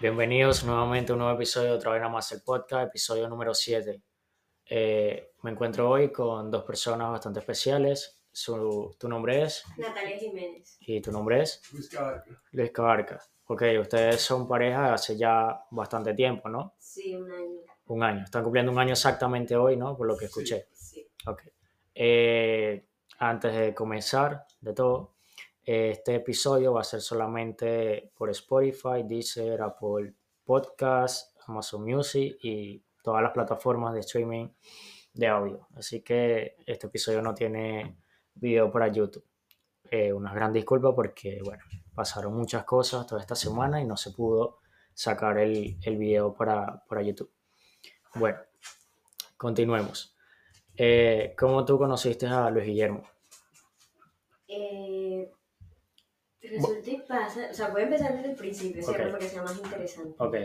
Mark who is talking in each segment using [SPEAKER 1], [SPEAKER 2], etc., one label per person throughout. [SPEAKER 1] Bienvenidos nuevamente a un nuevo episodio de Otra vez más el podcast, episodio número 7. Eh, me encuentro hoy con dos personas bastante especiales. Su, tu nombre es
[SPEAKER 2] Natalia Jiménez.
[SPEAKER 1] y tu nombre es
[SPEAKER 3] Luis Cabarca.
[SPEAKER 1] Luis Cabarca. Ok, ustedes son pareja hace ya bastante tiempo, ¿no?
[SPEAKER 2] Sí, un año.
[SPEAKER 1] Un año. Están cumpliendo un año exactamente hoy, ¿no? Por lo que
[SPEAKER 3] Sí.
[SPEAKER 1] escuché.
[SPEAKER 2] Sí.
[SPEAKER 1] Ok. Eh, antes de comenzar de todo, eh, este episodio va a ser solamente por Spotify, Deezer, Apple Podcast, Amazon Music y todas las plataformas de streaming de audio. Así que este episodio no tiene video para YouTube. Eh, una gran disculpa porque, bueno, pasaron muchas cosas toda esta semana y no se pudo sacar el, el video para, para YouTube. Bueno, continuemos. Eh, ¿Cómo tú conociste a Luis Guillermo?
[SPEAKER 2] Eh, resulta y pasa, o sea, voy a empezar desde el principio, ¿cierto?
[SPEAKER 1] Ok.
[SPEAKER 2] Porque sea más interesante.
[SPEAKER 1] Ok,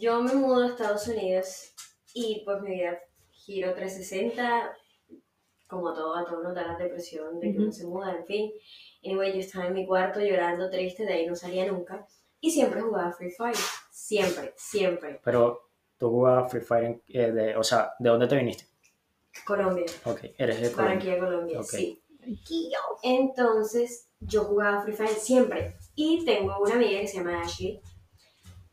[SPEAKER 2] Yo me mudo a Estados Unidos y pues mi vida giro 360, como todo, a todo notar la depresión de que
[SPEAKER 1] Ujú.
[SPEAKER 2] uno se muda, en fin. Anyway, yo estaba en mi cuarto llorando, triste, de ahí no salía nunca. Y siempre jugaba Free Fire. Siempre, siempre.
[SPEAKER 1] Pero tú jugabas Free Fire, en- eh, de- o sea, ¿de dónde te viniste?
[SPEAKER 2] Colombia.
[SPEAKER 1] Ok, eres de
[SPEAKER 2] para
[SPEAKER 1] Colombia.
[SPEAKER 2] aquí a Colombia,
[SPEAKER 1] Ok.
[SPEAKER 2] sí. Entonces, yo jugaba Free Fire siempre. Y tengo una amiga que se llama Ashley.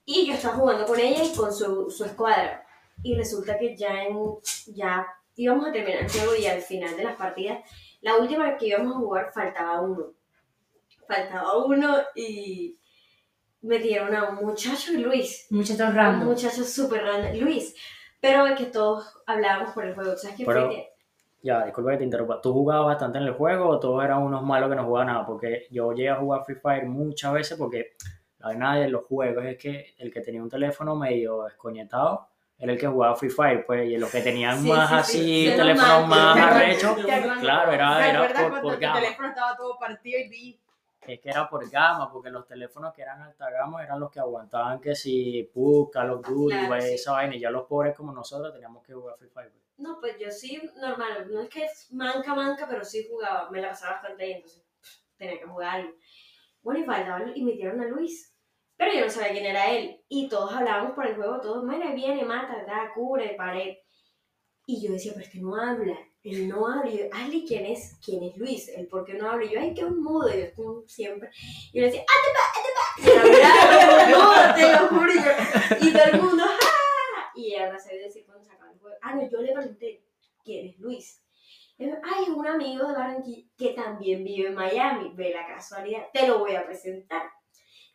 [SPEAKER 2] Y yo estaba jugando con ella y con su, su escuadra. Y resulta que ya, en, ya íbamos a terminar el juego y al final de las partidas, la última que íbamos a jugar faltaba uno. Faltaba uno y metieron a un muchacho, Luis.
[SPEAKER 4] Muchachos
[SPEAKER 2] Un
[SPEAKER 4] random.
[SPEAKER 2] muchacho súper random, Luis. Pero es que todos hablábamos por el juego. ¿Sabes qué?
[SPEAKER 1] Pero-
[SPEAKER 2] Fue
[SPEAKER 1] Ya, disculpa que te interrumpa. ¿Tú jugabas bastante en el juego o todos eran unos malos que no jugaban nada? Porque yo llegué a jugar Free Fire muchas veces porque la verdad de los juegos es que el que tenía un teléfono medio desconectado era el que jugaba Free Fire, pues, y los que tenían
[SPEAKER 2] Sí,
[SPEAKER 1] más
[SPEAKER 2] sí, sí,
[SPEAKER 1] así,
[SPEAKER 2] menos
[SPEAKER 1] teléfonos
[SPEAKER 2] mal.
[SPEAKER 1] más
[SPEAKER 2] Menos mal.
[SPEAKER 1] arrechos,
[SPEAKER 2] ¿Te acuerdas?
[SPEAKER 1] claro, era,
[SPEAKER 5] ¿Te
[SPEAKER 1] Ah, era
[SPEAKER 5] acuerdas
[SPEAKER 1] por,
[SPEAKER 5] cuando
[SPEAKER 1] por
[SPEAKER 5] tu
[SPEAKER 1] gama.
[SPEAKER 5] teléfono estaba todo partido y vi?
[SPEAKER 1] Es que era por gama, porque los teléfonos que eran alta gama eran los que aguantaban que si PUC, Call of Duty,
[SPEAKER 2] Claro,
[SPEAKER 1] güey,
[SPEAKER 2] sí.
[SPEAKER 1] esa vaina. Y ya los pobres como nosotros teníamos que jugar Free Fire. güey.
[SPEAKER 2] No, pues yo sí, normal, no es que es manca, manca, pero sí jugaba, me la pasaba bastante bien, entonces pff, tenía que jugar algo. Bueno, y faltaban, y metieron a Luis, pero yo no sabía quién era él, y todos hablábamos por el juego, todos, mira, viene, mata, da, cura, pared. Y yo decía, pero es que no habla, él no habla, y yo, Ali, ¿quién es, quién es Luis? ¿El por qué no habla? Y yo, ay, qué mudo, y yo, como siempre, y yo le decía, ¡ah, te va, ah, te va! Y yo, "Bravo, mudo, te lo juro, y yo- y todo el mundo, ¡ah! Y ella no sabía decir cuando sacaban el juego. Ah, no, yo le pregunté, ¿quién es Luis? Y me dijo, Ay, es un amigo de Barranquilla que también vive en Miami. Ve la casualidad, te lo voy a presentar.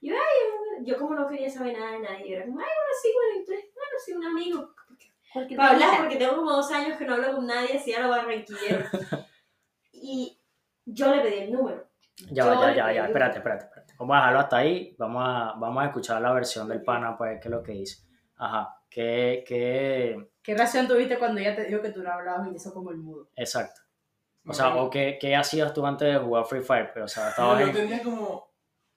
[SPEAKER 2] Y yo, ay, yo como no quería saber nada de nadie, yo era como, ay, bueno, sí, bueno, entonces, bueno, sí, un amigo. Para hablar, porque tengo como dos años que no hablo con nadie, así a lo barranquillero. Y yo le pedí el número.
[SPEAKER 1] Ya, va,
[SPEAKER 2] Yo
[SPEAKER 1] ya,
[SPEAKER 2] le
[SPEAKER 1] ya,
[SPEAKER 2] pedí
[SPEAKER 1] ya,
[SPEAKER 2] el
[SPEAKER 1] espérate,
[SPEAKER 2] número.
[SPEAKER 1] espérate, espérate. Vamos a dejarlo hasta ahí, vamos a, vamos a escuchar la versión del pana para ver qué es lo que dice. Ajá, que, que,
[SPEAKER 5] ¿Qué reacción tuviste cuando ella te dijo que tú no hablabas y eso como el mudo?
[SPEAKER 1] exacto. O sea,
[SPEAKER 3] No,
[SPEAKER 1] o que, que hacías tú antes de jugar Free Fire, pero o sea, estabas
[SPEAKER 3] yo
[SPEAKER 1] en...
[SPEAKER 3] tenía como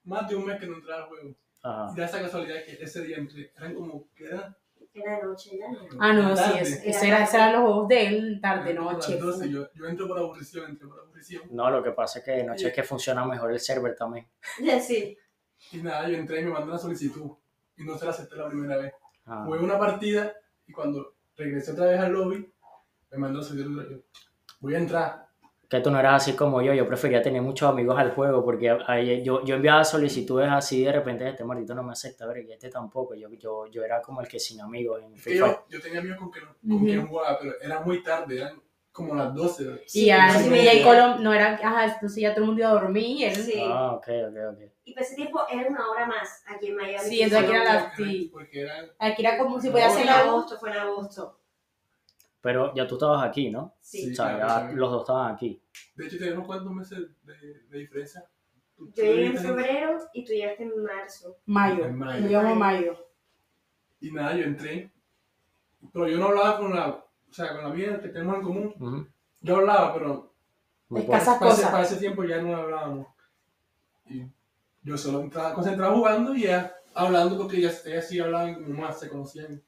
[SPEAKER 3] más de un mes que no entraba al juego.
[SPEAKER 1] Ajá.
[SPEAKER 3] Y da esa casualidad que ese día entré. Eran como, ¿qué era?
[SPEAKER 2] Era noche, ya no.
[SPEAKER 4] Ah, no, sí,
[SPEAKER 3] Tarde.
[SPEAKER 4] es, ese era, esos eran los juegos de él, tarde, noche.
[SPEAKER 3] Las 12, yo, yo entro por aburrición, entré por aburrición.
[SPEAKER 1] No, lo que pasa es que de noche es que funciona mejor el server también.
[SPEAKER 2] Sí,
[SPEAKER 3] Y nada, yo entré y me mandó una solicitud. Y no se la acepté la primera vez.
[SPEAKER 1] Ajá.
[SPEAKER 3] Jugué una partida y cuando regresé otra vez al lobby, me mandó la solicitud. otra vez. Yo, voy a entrar.
[SPEAKER 1] que tú no eras así como yo, yo prefería tener muchos amigos al juego, porque ahí yo, yo enviaba solicitudes así, de repente este maldito no me acepta, a ver, y este tampoco, yo, yo, yo era como el que sin amigos en
[SPEAKER 3] Es
[SPEAKER 1] Free
[SPEAKER 3] que
[SPEAKER 1] Fire.
[SPEAKER 3] yo, yo tenía amigos con, que no, con quien jugaba, pero era muy tarde, eran como las 12.
[SPEAKER 2] sí,
[SPEAKER 4] y ya,
[SPEAKER 3] sí,
[SPEAKER 4] y
[SPEAKER 3] sí.
[SPEAKER 4] en Colom- no era, ajá, entonces ya todo el mundo iba a dormir y él. Sí,
[SPEAKER 2] sí.
[SPEAKER 1] Ah, ok, ok, ok.
[SPEAKER 2] Y para ese tiempo era una hora más aquí en Miami.
[SPEAKER 4] Sí, entonces aquí era la-
[SPEAKER 3] Porque eran-
[SPEAKER 4] sí.
[SPEAKER 3] Porque eran
[SPEAKER 4] aquí era como si
[SPEAKER 1] No,
[SPEAKER 4] podía
[SPEAKER 2] Fue
[SPEAKER 4] hacer
[SPEAKER 2] en
[SPEAKER 4] la
[SPEAKER 2] agosto, fue en agosto.
[SPEAKER 1] Pero ya tú estabas aquí, ¿no?
[SPEAKER 2] Sí.
[SPEAKER 1] O
[SPEAKER 3] Sí.
[SPEAKER 1] sea,
[SPEAKER 3] claro,
[SPEAKER 1] ya
[SPEAKER 3] sí.
[SPEAKER 1] los dos estaban aquí.
[SPEAKER 3] De hecho, tenemos cuántos meses de, de diferencia. ¿Tú- tú
[SPEAKER 2] Yo llegué en
[SPEAKER 3] viniste
[SPEAKER 2] febrero y tú llegaste en marzo.
[SPEAKER 4] mayo.
[SPEAKER 3] En mayo.
[SPEAKER 4] Yo llamo mayo.
[SPEAKER 3] Y nada, yo entré. Pero yo no hablaba con la, o sea, con la mía que tenemos en común.
[SPEAKER 1] Ujú.
[SPEAKER 3] Yo hablaba, pero
[SPEAKER 1] Muy bueno.
[SPEAKER 4] Escasas
[SPEAKER 3] para ese,
[SPEAKER 4] cosas.
[SPEAKER 3] para ese tiempo ya no hablábamos. Y yo solo estaba concentrado jugando y ya hablando porque ellas, ellas sí hablaban como más, se conocían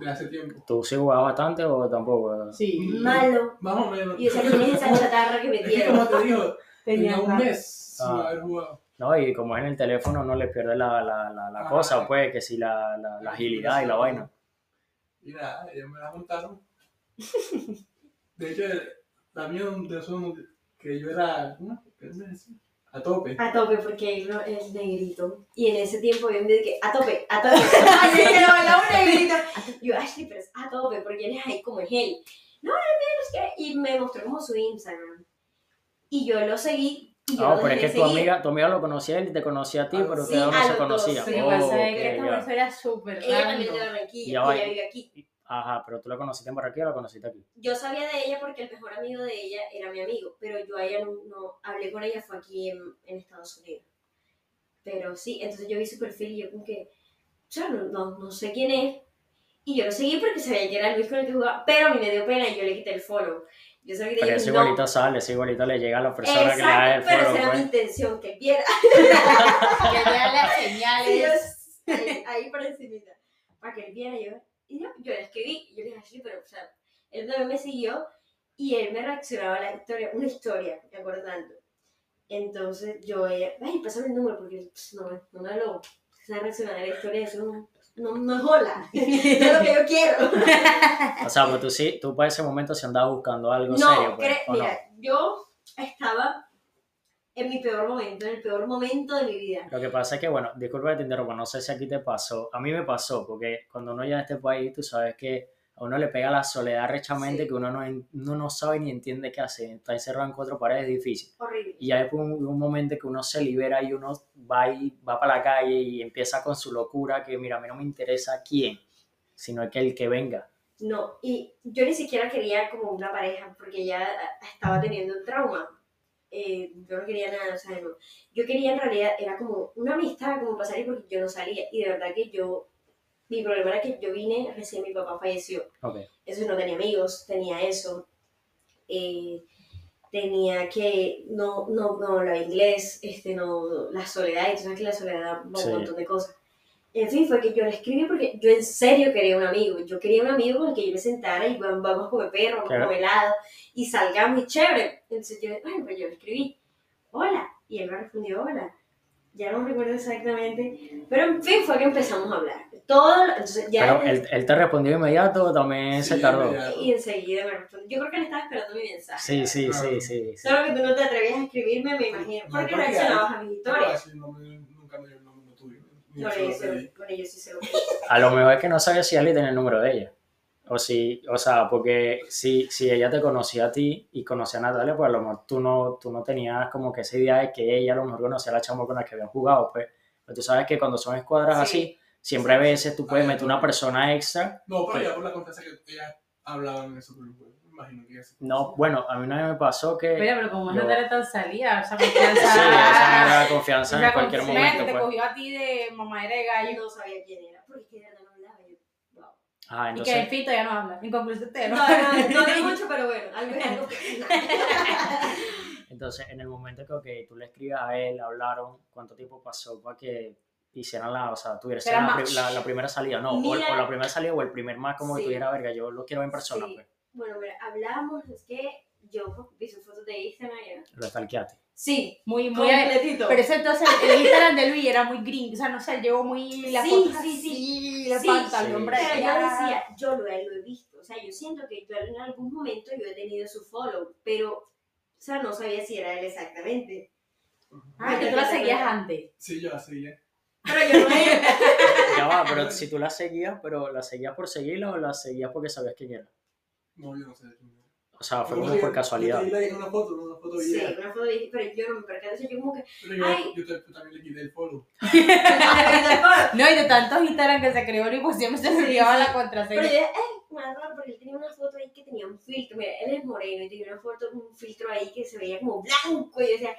[SPEAKER 3] de hace tiempo.
[SPEAKER 1] ¿Tú sí jugabas bastante o tampoco?
[SPEAKER 4] Sí.
[SPEAKER 2] Malo.
[SPEAKER 3] Más o menos.
[SPEAKER 2] Y esa, ¿quién es esa chatarra que me
[SPEAKER 3] Es que como
[SPEAKER 2] dieron?
[SPEAKER 3] te digo, tenía un
[SPEAKER 4] la-
[SPEAKER 3] mes sin
[SPEAKER 1] Ah.
[SPEAKER 3] haber jugado.
[SPEAKER 1] No, y como es en el teléfono, no le pierde la, la, la, la
[SPEAKER 2] Ah,
[SPEAKER 3] Ajá.
[SPEAKER 1] cosa, pues, que si la, la, la agilidad y la vaina.
[SPEAKER 3] Y nada, ellos me la montaron. De hecho, el- la mía de eso que yo era, ¿cómo? ¿Qué me decía? A tope.
[SPEAKER 2] A tope, porque él no- es negrito. Y en ese tiempo yo me dije, a tope, a tope. Así que le bailaba un negrito. Yo, Ashley, pero es a tope, porque él es ahí como es él. No, no, no, es que... Y me mostró como su Instagram. Y yo lo seguí. Y yo
[SPEAKER 1] No,
[SPEAKER 2] lo
[SPEAKER 1] Ah, pero es
[SPEAKER 2] dejé
[SPEAKER 1] que tu
[SPEAKER 2] seguir.
[SPEAKER 1] amiga, tu amiga lo conocía a él y te conocía a ti,
[SPEAKER 3] Ah,
[SPEAKER 1] pero
[SPEAKER 2] sí,
[SPEAKER 1] ustedes
[SPEAKER 2] a
[SPEAKER 1] no se
[SPEAKER 2] los dos,
[SPEAKER 1] conocían.
[SPEAKER 2] sí,
[SPEAKER 4] Lo que
[SPEAKER 1] Oh,
[SPEAKER 4] pasa es que
[SPEAKER 1] ok,
[SPEAKER 4] esta
[SPEAKER 1] ya.
[SPEAKER 4] mujer era súper
[SPEAKER 2] Ella también es de
[SPEAKER 4] random.
[SPEAKER 1] Y
[SPEAKER 2] Barranquilla.
[SPEAKER 1] ya
[SPEAKER 2] Y
[SPEAKER 1] va.
[SPEAKER 2] ella vive aquí.
[SPEAKER 1] Ajá, pero tú la conociste en Barranquilla o la conociste aquí.
[SPEAKER 2] Yo sabía de ella porque el mejor amigo de ella era mi amigo, pero yo a ella no, no- hablé con ella, fue aquí en, en Estados Unidos. Pero sí, entonces yo vi su perfil y yo como que, o sea, no, no, no sé quién es. Y yo lo seguí porque sabía que era Luis con el que jugaba, pero a mí me dio pena y yo le quité el follow. Yo sabía que
[SPEAKER 1] Pero
[SPEAKER 2] dije,
[SPEAKER 1] esa
[SPEAKER 2] no,
[SPEAKER 1] igualita sale, esa igualita le llega a la persona que le da el
[SPEAKER 2] exacto, pero
[SPEAKER 1] foro,
[SPEAKER 2] esa era mi
[SPEAKER 1] pues.
[SPEAKER 2] intención, que viera.
[SPEAKER 4] Que vea las
[SPEAKER 2] Y yo,
[SPEAKER 4] señales.
[SPEAKER 2] ahí, ahí por encimita, para que él viera yo. Y yo, yo le escribí, y yo le dije así, pero, o sea, él también me siguió y él me reaccionaba a la historia, una historia, me acuerdo tanto. Entonces yo, ella, ay, pásame el número porque pss, no, no me lo, se reaccionar a la historia, eso no, no, no es hola, no es lo que yo quiero.
[SPEAKER 1] O sea, pues tú sí, tú para ese momento si andabas buscando algo
[SPEAKER 2] No,
[SPEAKER 1] serio, pues,
[SPEAKER 2] cre-
[SPEAKER 1] ¿o no?
[SPEAKER 2] mira, yo estaba en mi peor momento, en el peor momento de mi vida.
[SPEAKER 1] Lo que pasa es que, bueno, disculpa que te interrumpa, no sé si aquí te pasó. A mí me pasó, porque cuando uno llega a este país, tú sabes que a uno le pega la soledad rechamente
[SPEAKER 2] Sí.
[SPEAKER 1] que uno no, en- uno no sabe ni entiende qué hacer. Está encerrado en cuatro paredes, es difícil.
[SPEAKER 2] Horrible.
[SPEAKER 1] Y hay un, un momento que uno se libera y uno va y va para la calle y empieza con su locura que, mira, a mí no me interesa quién, sino que el que venga.
[SPEAKER 2] No, y yo ni siquiera quería como una pareja porque ya estaba teniendo un trauma. Eh, yo no quería nada, o sea, no. Yo quería en realidad, era como una amistad, como pasar y porque yo no salía. Y de verdad que yo, mi problema era que yo vine, recién mi papá falleció.
[SPEAKER 1] Ok.
[SPEAKER 2] Eso no tenía amigos, tenía eso. eh, tenía que no, no, no hablaba inglés, este, no, la soledad, y tú sabes que la soledad da un
[SPEAKER 1] Sí.
[SPEAKER 2] montón de cosas. En fin, fue que yo le escribí porque yo en serio quería un amigo. Yo quería un amigo con el que yo me sentara y vam- vamos a comer perro, vamos a
[SPEAKER 1] Claro.
[SPEAKER 2] comer helado y salgamos y chévere. Entonces yo, bueno, pues yo le escribí, hola. Y él me respondió, hola. Ya no recuerdo exactamente, pero en fin, fue que empezamos a hablar. Todo, lo- entonces ya
[SPEAKER 1] Pero
[SPEAKER 2] desde-
[SPEAKER 1] él, él te respondió inmediato, o también se
[SPEAKER 3] Sí,
[SPEAKER 1] tardó.
[SPEAKER 3] inmediato.
[SPEAKER 2] y enseguida me respondió. Yo creo que él estaba esperando mi mensaje.
[SPEAKER 1] Sí, sí,
[SPEAKER 3] Claro.
[SPEAKER 1] sí, sí. sí.
[SPEAKER 2] Solo que tú no te atrevías a escribirme, me imagino.
[SPEAKER 3] No,
[SPEAKER 2] Porque
[SPEAKER 3] porque-
[SPEAKER 2] reaccionabas a mis
[SPEAKER 3] No,
[SPEAKER 2] historias.
[SPEAKER 3] así no me- nunca me dio el nombre tuyo. ni
[SPEAKER 2] Por
[SPEAKER 3] se lo
[SPEAKER 2] eso,
[SPEAKER 3] pedí.
[SPEAKER 2] por ello sí se lo
[SPEAKER 1] A lo mejor es que no sabía si alguien tenía el número de ella. O si, o sea, porque si, si ella te conocía a ti y conocía a Natalia, pues a lo mejor tú no, tú no tenías como que esa idea de que ella a lo mejor conocía a la chama con la que habían jugado, pues. Pero tú sabes que cuando son escuadras
[SPEAKER 2] Sí.
[SPEAKER 1] así, siempre a veces tú puedes
[SPEAKER 3] Ah,
[SPEAKER 1] meter una persona extra.
[SPEAKER 3] No, pero
[SPEAKER 1] Sí.
[SPEAKER 3] ya por la confianza que ellas hablaban en eso, pero bueno, me imagino que ya se
[SPEAKER 1] No, bueno, a mí una vez me pasó que...
[SPEAKER 4] Mira, pero como es
[SPEAKER 1] Yo-
[SPEAKER 4] Natalia tan salida, esa
[SPEAKER 1] Sí, esa me
[SPEAKER 4] confianza.
[SPEAKER 1] da confianza en
[SPEAKER 4] esa
[SPEAKER 1] cualquier
[SPEAKER 4] confianza
[SPEAKER 1] momento,
[SPEAKER 4] que te
[SPEAKER 1] pues.
[SPEAKER 4] cogió a ti de mamadera de
[SPEAKER 2] Yo
[SPEAKER 4] gallo.
[SPEAKER 2] no sabía quién era, porque es que de verdad no hablaba. Yo, wow.
[SPEAKER 1] Ajá,
[SPEAKER 4] Y que el
[SPEAKER 1] entonces...
[SPEAKER 4] pito ya no habla. En conclusión, te
[SPEAKER 2] No,
[SPEAKER 4] no.
[SPEAKER 2] no, no hablé mucho, pero bueno, algo es algo.
[SPEAKER 1] Entonces, en el momento que ok, tú le escribas a él, hablaron, ¿cuánto tiempo pasó para que hicieran la, o sea, tuviera
[SPEAKER 4] Era
[SPEAKER 1] la,
[SPEAKER 4] match.
[SPEAKER 1] pri- la- la primera salida? No, o-
[SPEAKER 2] Mira.
[SPEAKER 1] o, la primera salida o el primer más como
[SPEAKER 2] Sí.
[SPEAKER 1] que tuviera, verga, yo lo quiero en persona,
[SPEAKER 2] Sí.
[SPEAKER 1] pues.
[SPEAKER 2] Bueno, mira, hablamos, es que yo vi sus fotos de Instagram y era-
[SPEAKER 1] Lo estalqueaste.
[SPEAKER 2] Sí,
[SPEAKER 4] Muy, muy.
[SPEAKER 2] completito.
[SPEAKER 4] Pero eso entonces, el Instagram de Luis era muy gringo. O sea, no sé, llevó muy la
[SPEAKER 2] Sí,
[SPEAKER 4] foto
[SPEAKER 2] sí, sí.
[SPEAKER 4] así, la
[SPEAKER 2] Sí,
[SPEAKER 4] pantalón
[SPEAKER 1] sí.
[SPEAKER 2] Pero yo
[SPEAKER 4] brazaleada.
[SPEAKER 2] decía, yo lo he, lo he visto. O sea, yo siento que yo en algún momento yo he tenido su follow, pero, o sea, no sabía si era él exactamente.
[SPEAKER 4] Ah, que tú la seguías antes.
[SPEAKER 3] Sí, yo la seguía.
[SPEAKER 2] Pero yo no era.
[SPEAKER 1] Ya va, pero si tú la seguías, pero la seguías por seguirla o la seguías porque sabías quién era.
[SPEAKER 3] No, yo no sé. yo no.
[SPEAKER 1] O sea, fue
[SPEAKER 3] Yo
[SPEAKER 1] como
[SPEAKER 3] le-
[SPEAKER 1] por casualidad.
[SPEAKER 3] Yo le di una foto, una foto
[SPEAKER 2] Sí,
[SPEAKER 3] vieja.
[SPEAKER 2] una foto de pero yo no me percaté. O sea, yo como que. "Ah,
[SPEAKER 3] Pero yo,
[SPEAKER 2] Ay.
[SPEAKER 3] yo te- yo también le quité el follow.
[SPEAKER 4] No, y de tantos Instagram que se creó, Luis, pues siempre se
[SPEAKER 2] Sí,
[SPEAKER 4] me olvidaba
[SPEAKER 2] sí.
[SPEAKER 4] la
[SPEAKER 2] Pero yo
[SPEAKER 4] contraseña.
[SPEAKER 2] dije, ay, más raro, porque él tenía una foto ahí que tenía un filtro. Mira, él es moreno y tenía una foto, un filtro ahí que se veía como blanco. Y yo decía,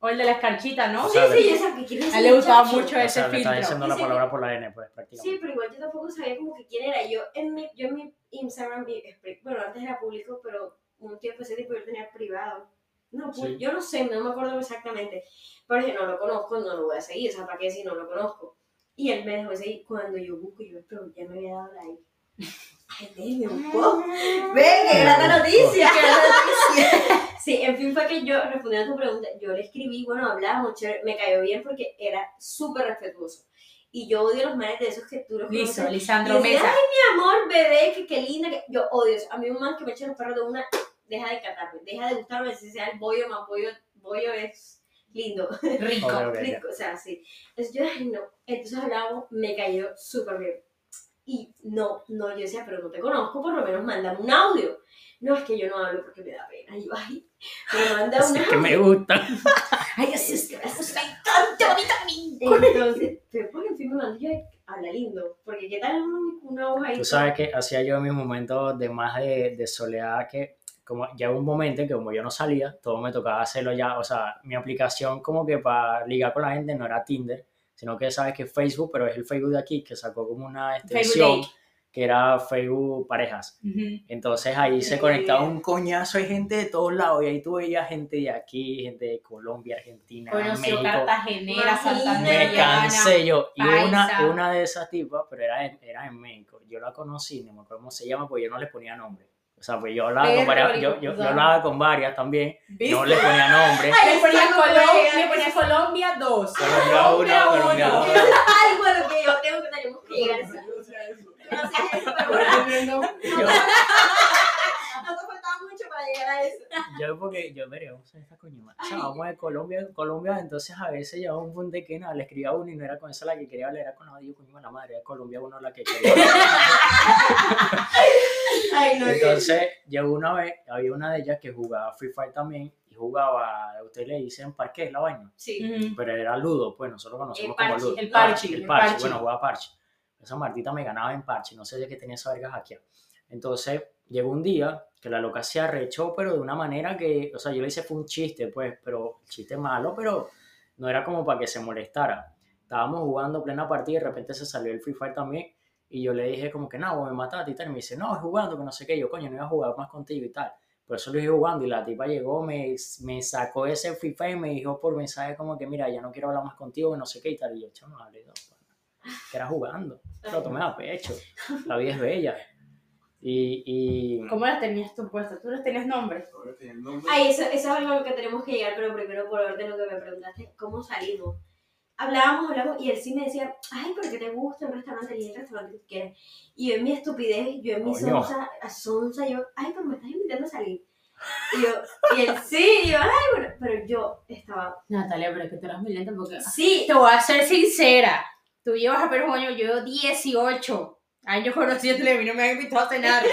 [SPEAKER 4] O el de las carchitas, ¿no?
[SPEAKER 1] O
[SPEAKER 2] sí,
[SPEAKER 1] sea,
[SPEAKER 2] sí,
[SPEAKER 1] de-
[SPEAKER 2] yo sabía que quién es
[SPEAKER 4] A
[SPEAKER 2] ese
[SPEAKER 4] él Ah, le gustaba
[SPEAKER 2] muchacho?".
[SPEAKER 4] mucho
[SPEAKER 1] O
[SPEAKER 4] ese
[SPEAKER 1] sea, le estás
[SPEAKER 4] filtro.
[SPEAKER 1] diciendo la
[SPEAKER 2] Dice que-
[SPEAKER 1] palabra por la N, pues, prácticamente.
[SPEAKER 2] Sí, pero igual yo tampoco sabía como que quién era. Y Yo en mi, yo en mi Instagram, mi- bueno, antes era público, pero un tiempo ese tipo yo tenía privado. No, pu-
[SPEAKER 3] Sí.
[SPEAKER 2] yo no sé, no me acuerdo exactamente. Pero dije, no lo conozco, no lo voy a seguir. O sea, ¿para qué si no lo conozco? Y él me dejó de seguir cuando yo busco, yo, pero ya me había dado like. Mm. Ay, ven, me buscó. Ven, qué grata noticia.
[SPEAKER 4] Qué grata
[SPEAKER 2] noticia. Sí, en fin, fue que yo, respondiendo a tu pregunta, yo le escribí, bueno, hablábamos, chévere, me cayó bien porque era súper respetuoso. Y yo odio los manes de esos que tú los conoces.
[SPEAKER 4] Listo,
[SPEAKER 2] Y
[SPEAKER 4] Lisandro
[SPEAKER 2] decía,
[SPEAKER 4] Mesa.
[SPEAKER 2] Ay, mi amor, bebé, que qué linda. que-". Yo odio eso. A mí un man que me eche los perros de una, deja de catarme, deja de gustarme, si sea el bollo, más bollo, bollo es lindo,
[SPEAKER 4] Rico.
[SPEAKER 1] Ok, ok, ya.
[SPEAKER 2] rico, o sea, sí. Entonces yo, ay, no. Entonces hablábamos, me cayó súper bien. Y no, no, yo decía, pero no te conozco, por lo menos mándame un audio. No, es que yo no hablo porque me da pena. Y yo, ay, me manda un
[SPEAKER 1] Así
[SPEAKER 2] audio.
[SPEAKER 1] que me gusta.
[SPEAKER 4] Ay, eso es eso es- me encanta, bonita a mí.
[SPEAKER 2] Entonces, pero porque en fin me mandó, yo, ay, habla lindo. Porque qué tal un- una hoja ahí.
[SPEAKER 1] Tú sabes que hacía yo mis momentos de más de, de soledad que como ya hubo un momento en que como yo no salía, todo me tocaba hacerlo ya, o sea, mi aplicación como que para ligar con la gente no era Tinder, sino que sabes que es Facebook, pero es el Facebook de aquí que sacó como una extensión
[SPEAKER 4] Date.
[SPEAKER 1] que era Facebook Parejas. Entonces ahí se
[SPEAKER 4] Ok.
[SPEAKER 1] conectaba un coñazo de gente de todos lados y ahí tú veías gente de aquí, gente de Colombia, Argentina,
[SPEAKER 4] Conoció
[SPEAKER 1] México.
[SPEAKER 4] Cartagenera,
[SPEAKER 2] Imagínate.
[SPEAKER 4] Santander,
[SPEAKER 1] Me cansé yo. Y una,
[SPEAKER 4] paisa.
[SPEAKER 1] una de esas tipas, pero era en, era en México. Yo la conocí, no me acuerdo cómo se llama, porque yo no le ponía nombre. O sea, pues yo hablaba, con
[SPEAKER 4] Pero,
[SPEAKER 1] varias, yo, yo, yo hablaba con varias también, no le ponía nombre.
[SPEAKER 4] Le ponía
[SPEAKER 5] Santo
[SPEAKER 4] Colombia,
[SPEAKER 5] Vega,
[SPEAKER 4] le ponía Colombia 2.
[SPEAKER 1] Colombia una, Colombia
[SPEAKER 4] uno.
[SPEAKER 1] dos.
[SPEAKER 2] Algo a lo que yo tengo que tenemos que llegar.
[SPEAKER 3] Pero yo decía eso.
[SPEAKER 2] No sé, pero
[SPEAKER 3] Pero
[SPEAKER 2] bueno,
[SPEAKER 3] yo tenía una-
[SPEAKER 2] no te faltaba mucho para llegar a eso.
[SPEAKER 1] Yo porque yo veré, vamos a esta coño. O sea, vamos de Colombia, Colombia, entonces a veces llegaba un punto de que nada, le escribía a uno y no era con esa la que quería hablar, era con la de coño, la madre, de Colombia uno la que quería
[SPEAKER 2] Ay,
[SPEAKER 1] Entonces, llegó una vez, había una de ellas que jugaba Free Fire también, y jugaba, ustedes le dicen parque, es la vaina,
[SPEAKER 2] Sí.
[SPEAKER 4] Ujú.
[SPEAKER 1] pero era Ludo, pues nosotros conocemos
[SPEAKER 2] El
[SPEAKER 1] como
[SPEAKER 2] parche,
[SPEAKER 1] Ludo.
[SPEAKER 4] el parche,
[SPEAKER 1] el
[SPEAKER 4] el
[SPEAKER 1] parche,
[SPEAKER 4] parche.
[SPEAKER 1] bueno, jugaba parche. Esa Martita me ganaba en parche, no sé de qué tenía esa verga hackeada. Entonces, llegó un día que la loca se arrechó, pero de una manera que, o sea, yo le hice fue un chiste, pues, pero chiste malo, pero no era como para que se molestara. Estábamos jugando plena partida y de repente se salió el Free Fire también. Y yo le dije como que, no, vos me mataste y tal. Y me dice, no, es jugando, que no sé qué. Yo, coño, no iba a jugar más contigo y tal. Por eso lo dije jugando. Y la tipa llegó, me, me sacó ese Free Fire y me dijo por mensaje como que, mira, ya no quiero hablar más contigo, que no sé qué y tal. Y yo, chamo, dale, no, pana, que era jugando. Se lo tomé a pecho. La vida es bella. Y, y
[SPEAKER 5] ¿Cómo las tenías tú puestas? ¿Tú les tenías nombre?
[SPEAKER 3] Pero yo tenía el nombre.
[SPEAKER 2] Ay, eso, eso es algo a lo que tenemos que llegar, pero primero por orden lo que me preguntaste, ¿cómo salimos? Hablábamos, hablábamos, y él sí me decía, ay, pero que te gusta un restaurante, y el restaurante que tú quieres. Y yo en mi estupidez, yo en mi
[SPEAKER 1] Coño.
[SPEAKER 2] sonza, a sonza, yo, ay, pero me estás invitando a salir. Y yo, y él sí, y yo, ay, bueno, pero yo estaba,
[SPEAKER 5] Natalia, pero es que tú eras muy lenta porque... ah,
[SPEAKER 2] sí,
[SPEAKER 5] Te voy a ser sincera. Tú llevas a un año, yo 18 años conociéndole, a mí no me han invitado a cenar.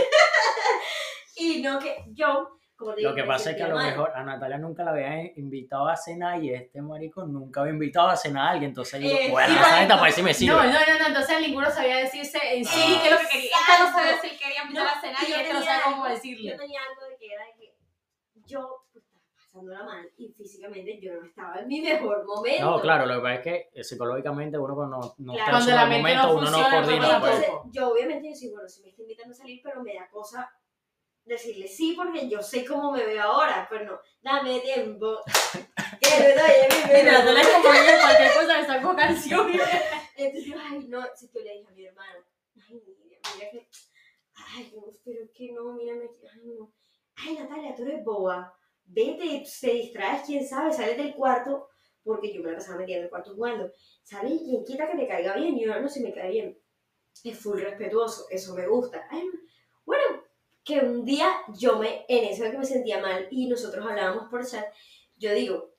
[SPEAKER 2] y no que yo, como te digo,
[SPEAKER 1] lo que
[SPEAKER 2] me
[SPEAKER 1] pasa es que a
[SPEAKER 2] sentía
[SPEAKER 1] lo
[SPEAKER 2] mal.
[SPEAKER 1] mejor a Natalia nunca la había invitado a cenar y este marico nunca había invitado a cenar a alguien. Entonces digo,
[SPEAKER 2] Eh,
[SPEAKER 1] bueno,
[SPEAKER 2] sí,
[SPEAKER 1] esa
[SPEAKER 2] marico.
[SPEAKER 1] neta para decirme sí.
[SPEAKER 5] No, no, no, no, entonces ninguno sabía decirse en sí
[SPEAKER 1] Ah.
[SPEAKER 5] qué es lo que quería. Esta no sabía si quería invitar a cenar
[SPEAKER 2] No,
[SPEAKER 5] y
[SPEAKER 2] yo
[SPEAKER 5] esta no
[SPEAKER 2] tenía
[SPEAKER 5] sabía cómo
[SPEAKER 2] algo-
[SPEAKER 5] decirle.
[SPEAKER 2] Yo tenía algo de que era de que yo pues, estaba pasándola mal y físicamente yo no estaba en mi mejor momento.
[SPEAKER 1] No, claro, lo que pasa es que eh, psicológicamente uno cuando no, no
[SPEAKER 2] Claro.
[SPEAKER 1] está en
[SPEAKER 5] Cuando
[SPEAKER 1] su
[SPEAKER 5] la mente
[SPEAKER 1] momento,
[SPEAKER 5] no
[SPEAKER 1] uno no
[SPEAKER 5] funciona,
[SPEAKER 1] coordina.
[SPEAKER 5] no
[SPEAKER 1] pues.
[SPEAKER 2] Entonces,
[SPEAKER 5] tampoco.
[SPEAKER 2] yo obviamente yo sí, bueno, si me está invitando a salir, pero me da cosa decirle sí porque yo sé cómo me veo ahora. Pues no, dame tiempo. que le doy a mi
[SPEAKER 5] Y
[SPEAKER 2] mejor
[SPEAKER 5] Natalia es como yo, cualquier cosa me sacó canciones.
[SPEAKER 2] Entonces yo, ay, no, si yo le dije a mi hermana, ay, mira, mira que, ay, no, pero que no, mírame, que- ay, no. Ay, Natalia, tú eres boba, vete, te distraes, quién sabe, sales del cuarto, porque yo me la pasaba metida en el cuarto jugando, sale y quien quita que te caiga bien, y yo, no, si me cae bien, es full respetuoso, eso me gusta. Ay, bueno, que un día yo me, en eso de que me sentía mal, y nosotros hablábamos por chat, yo digo,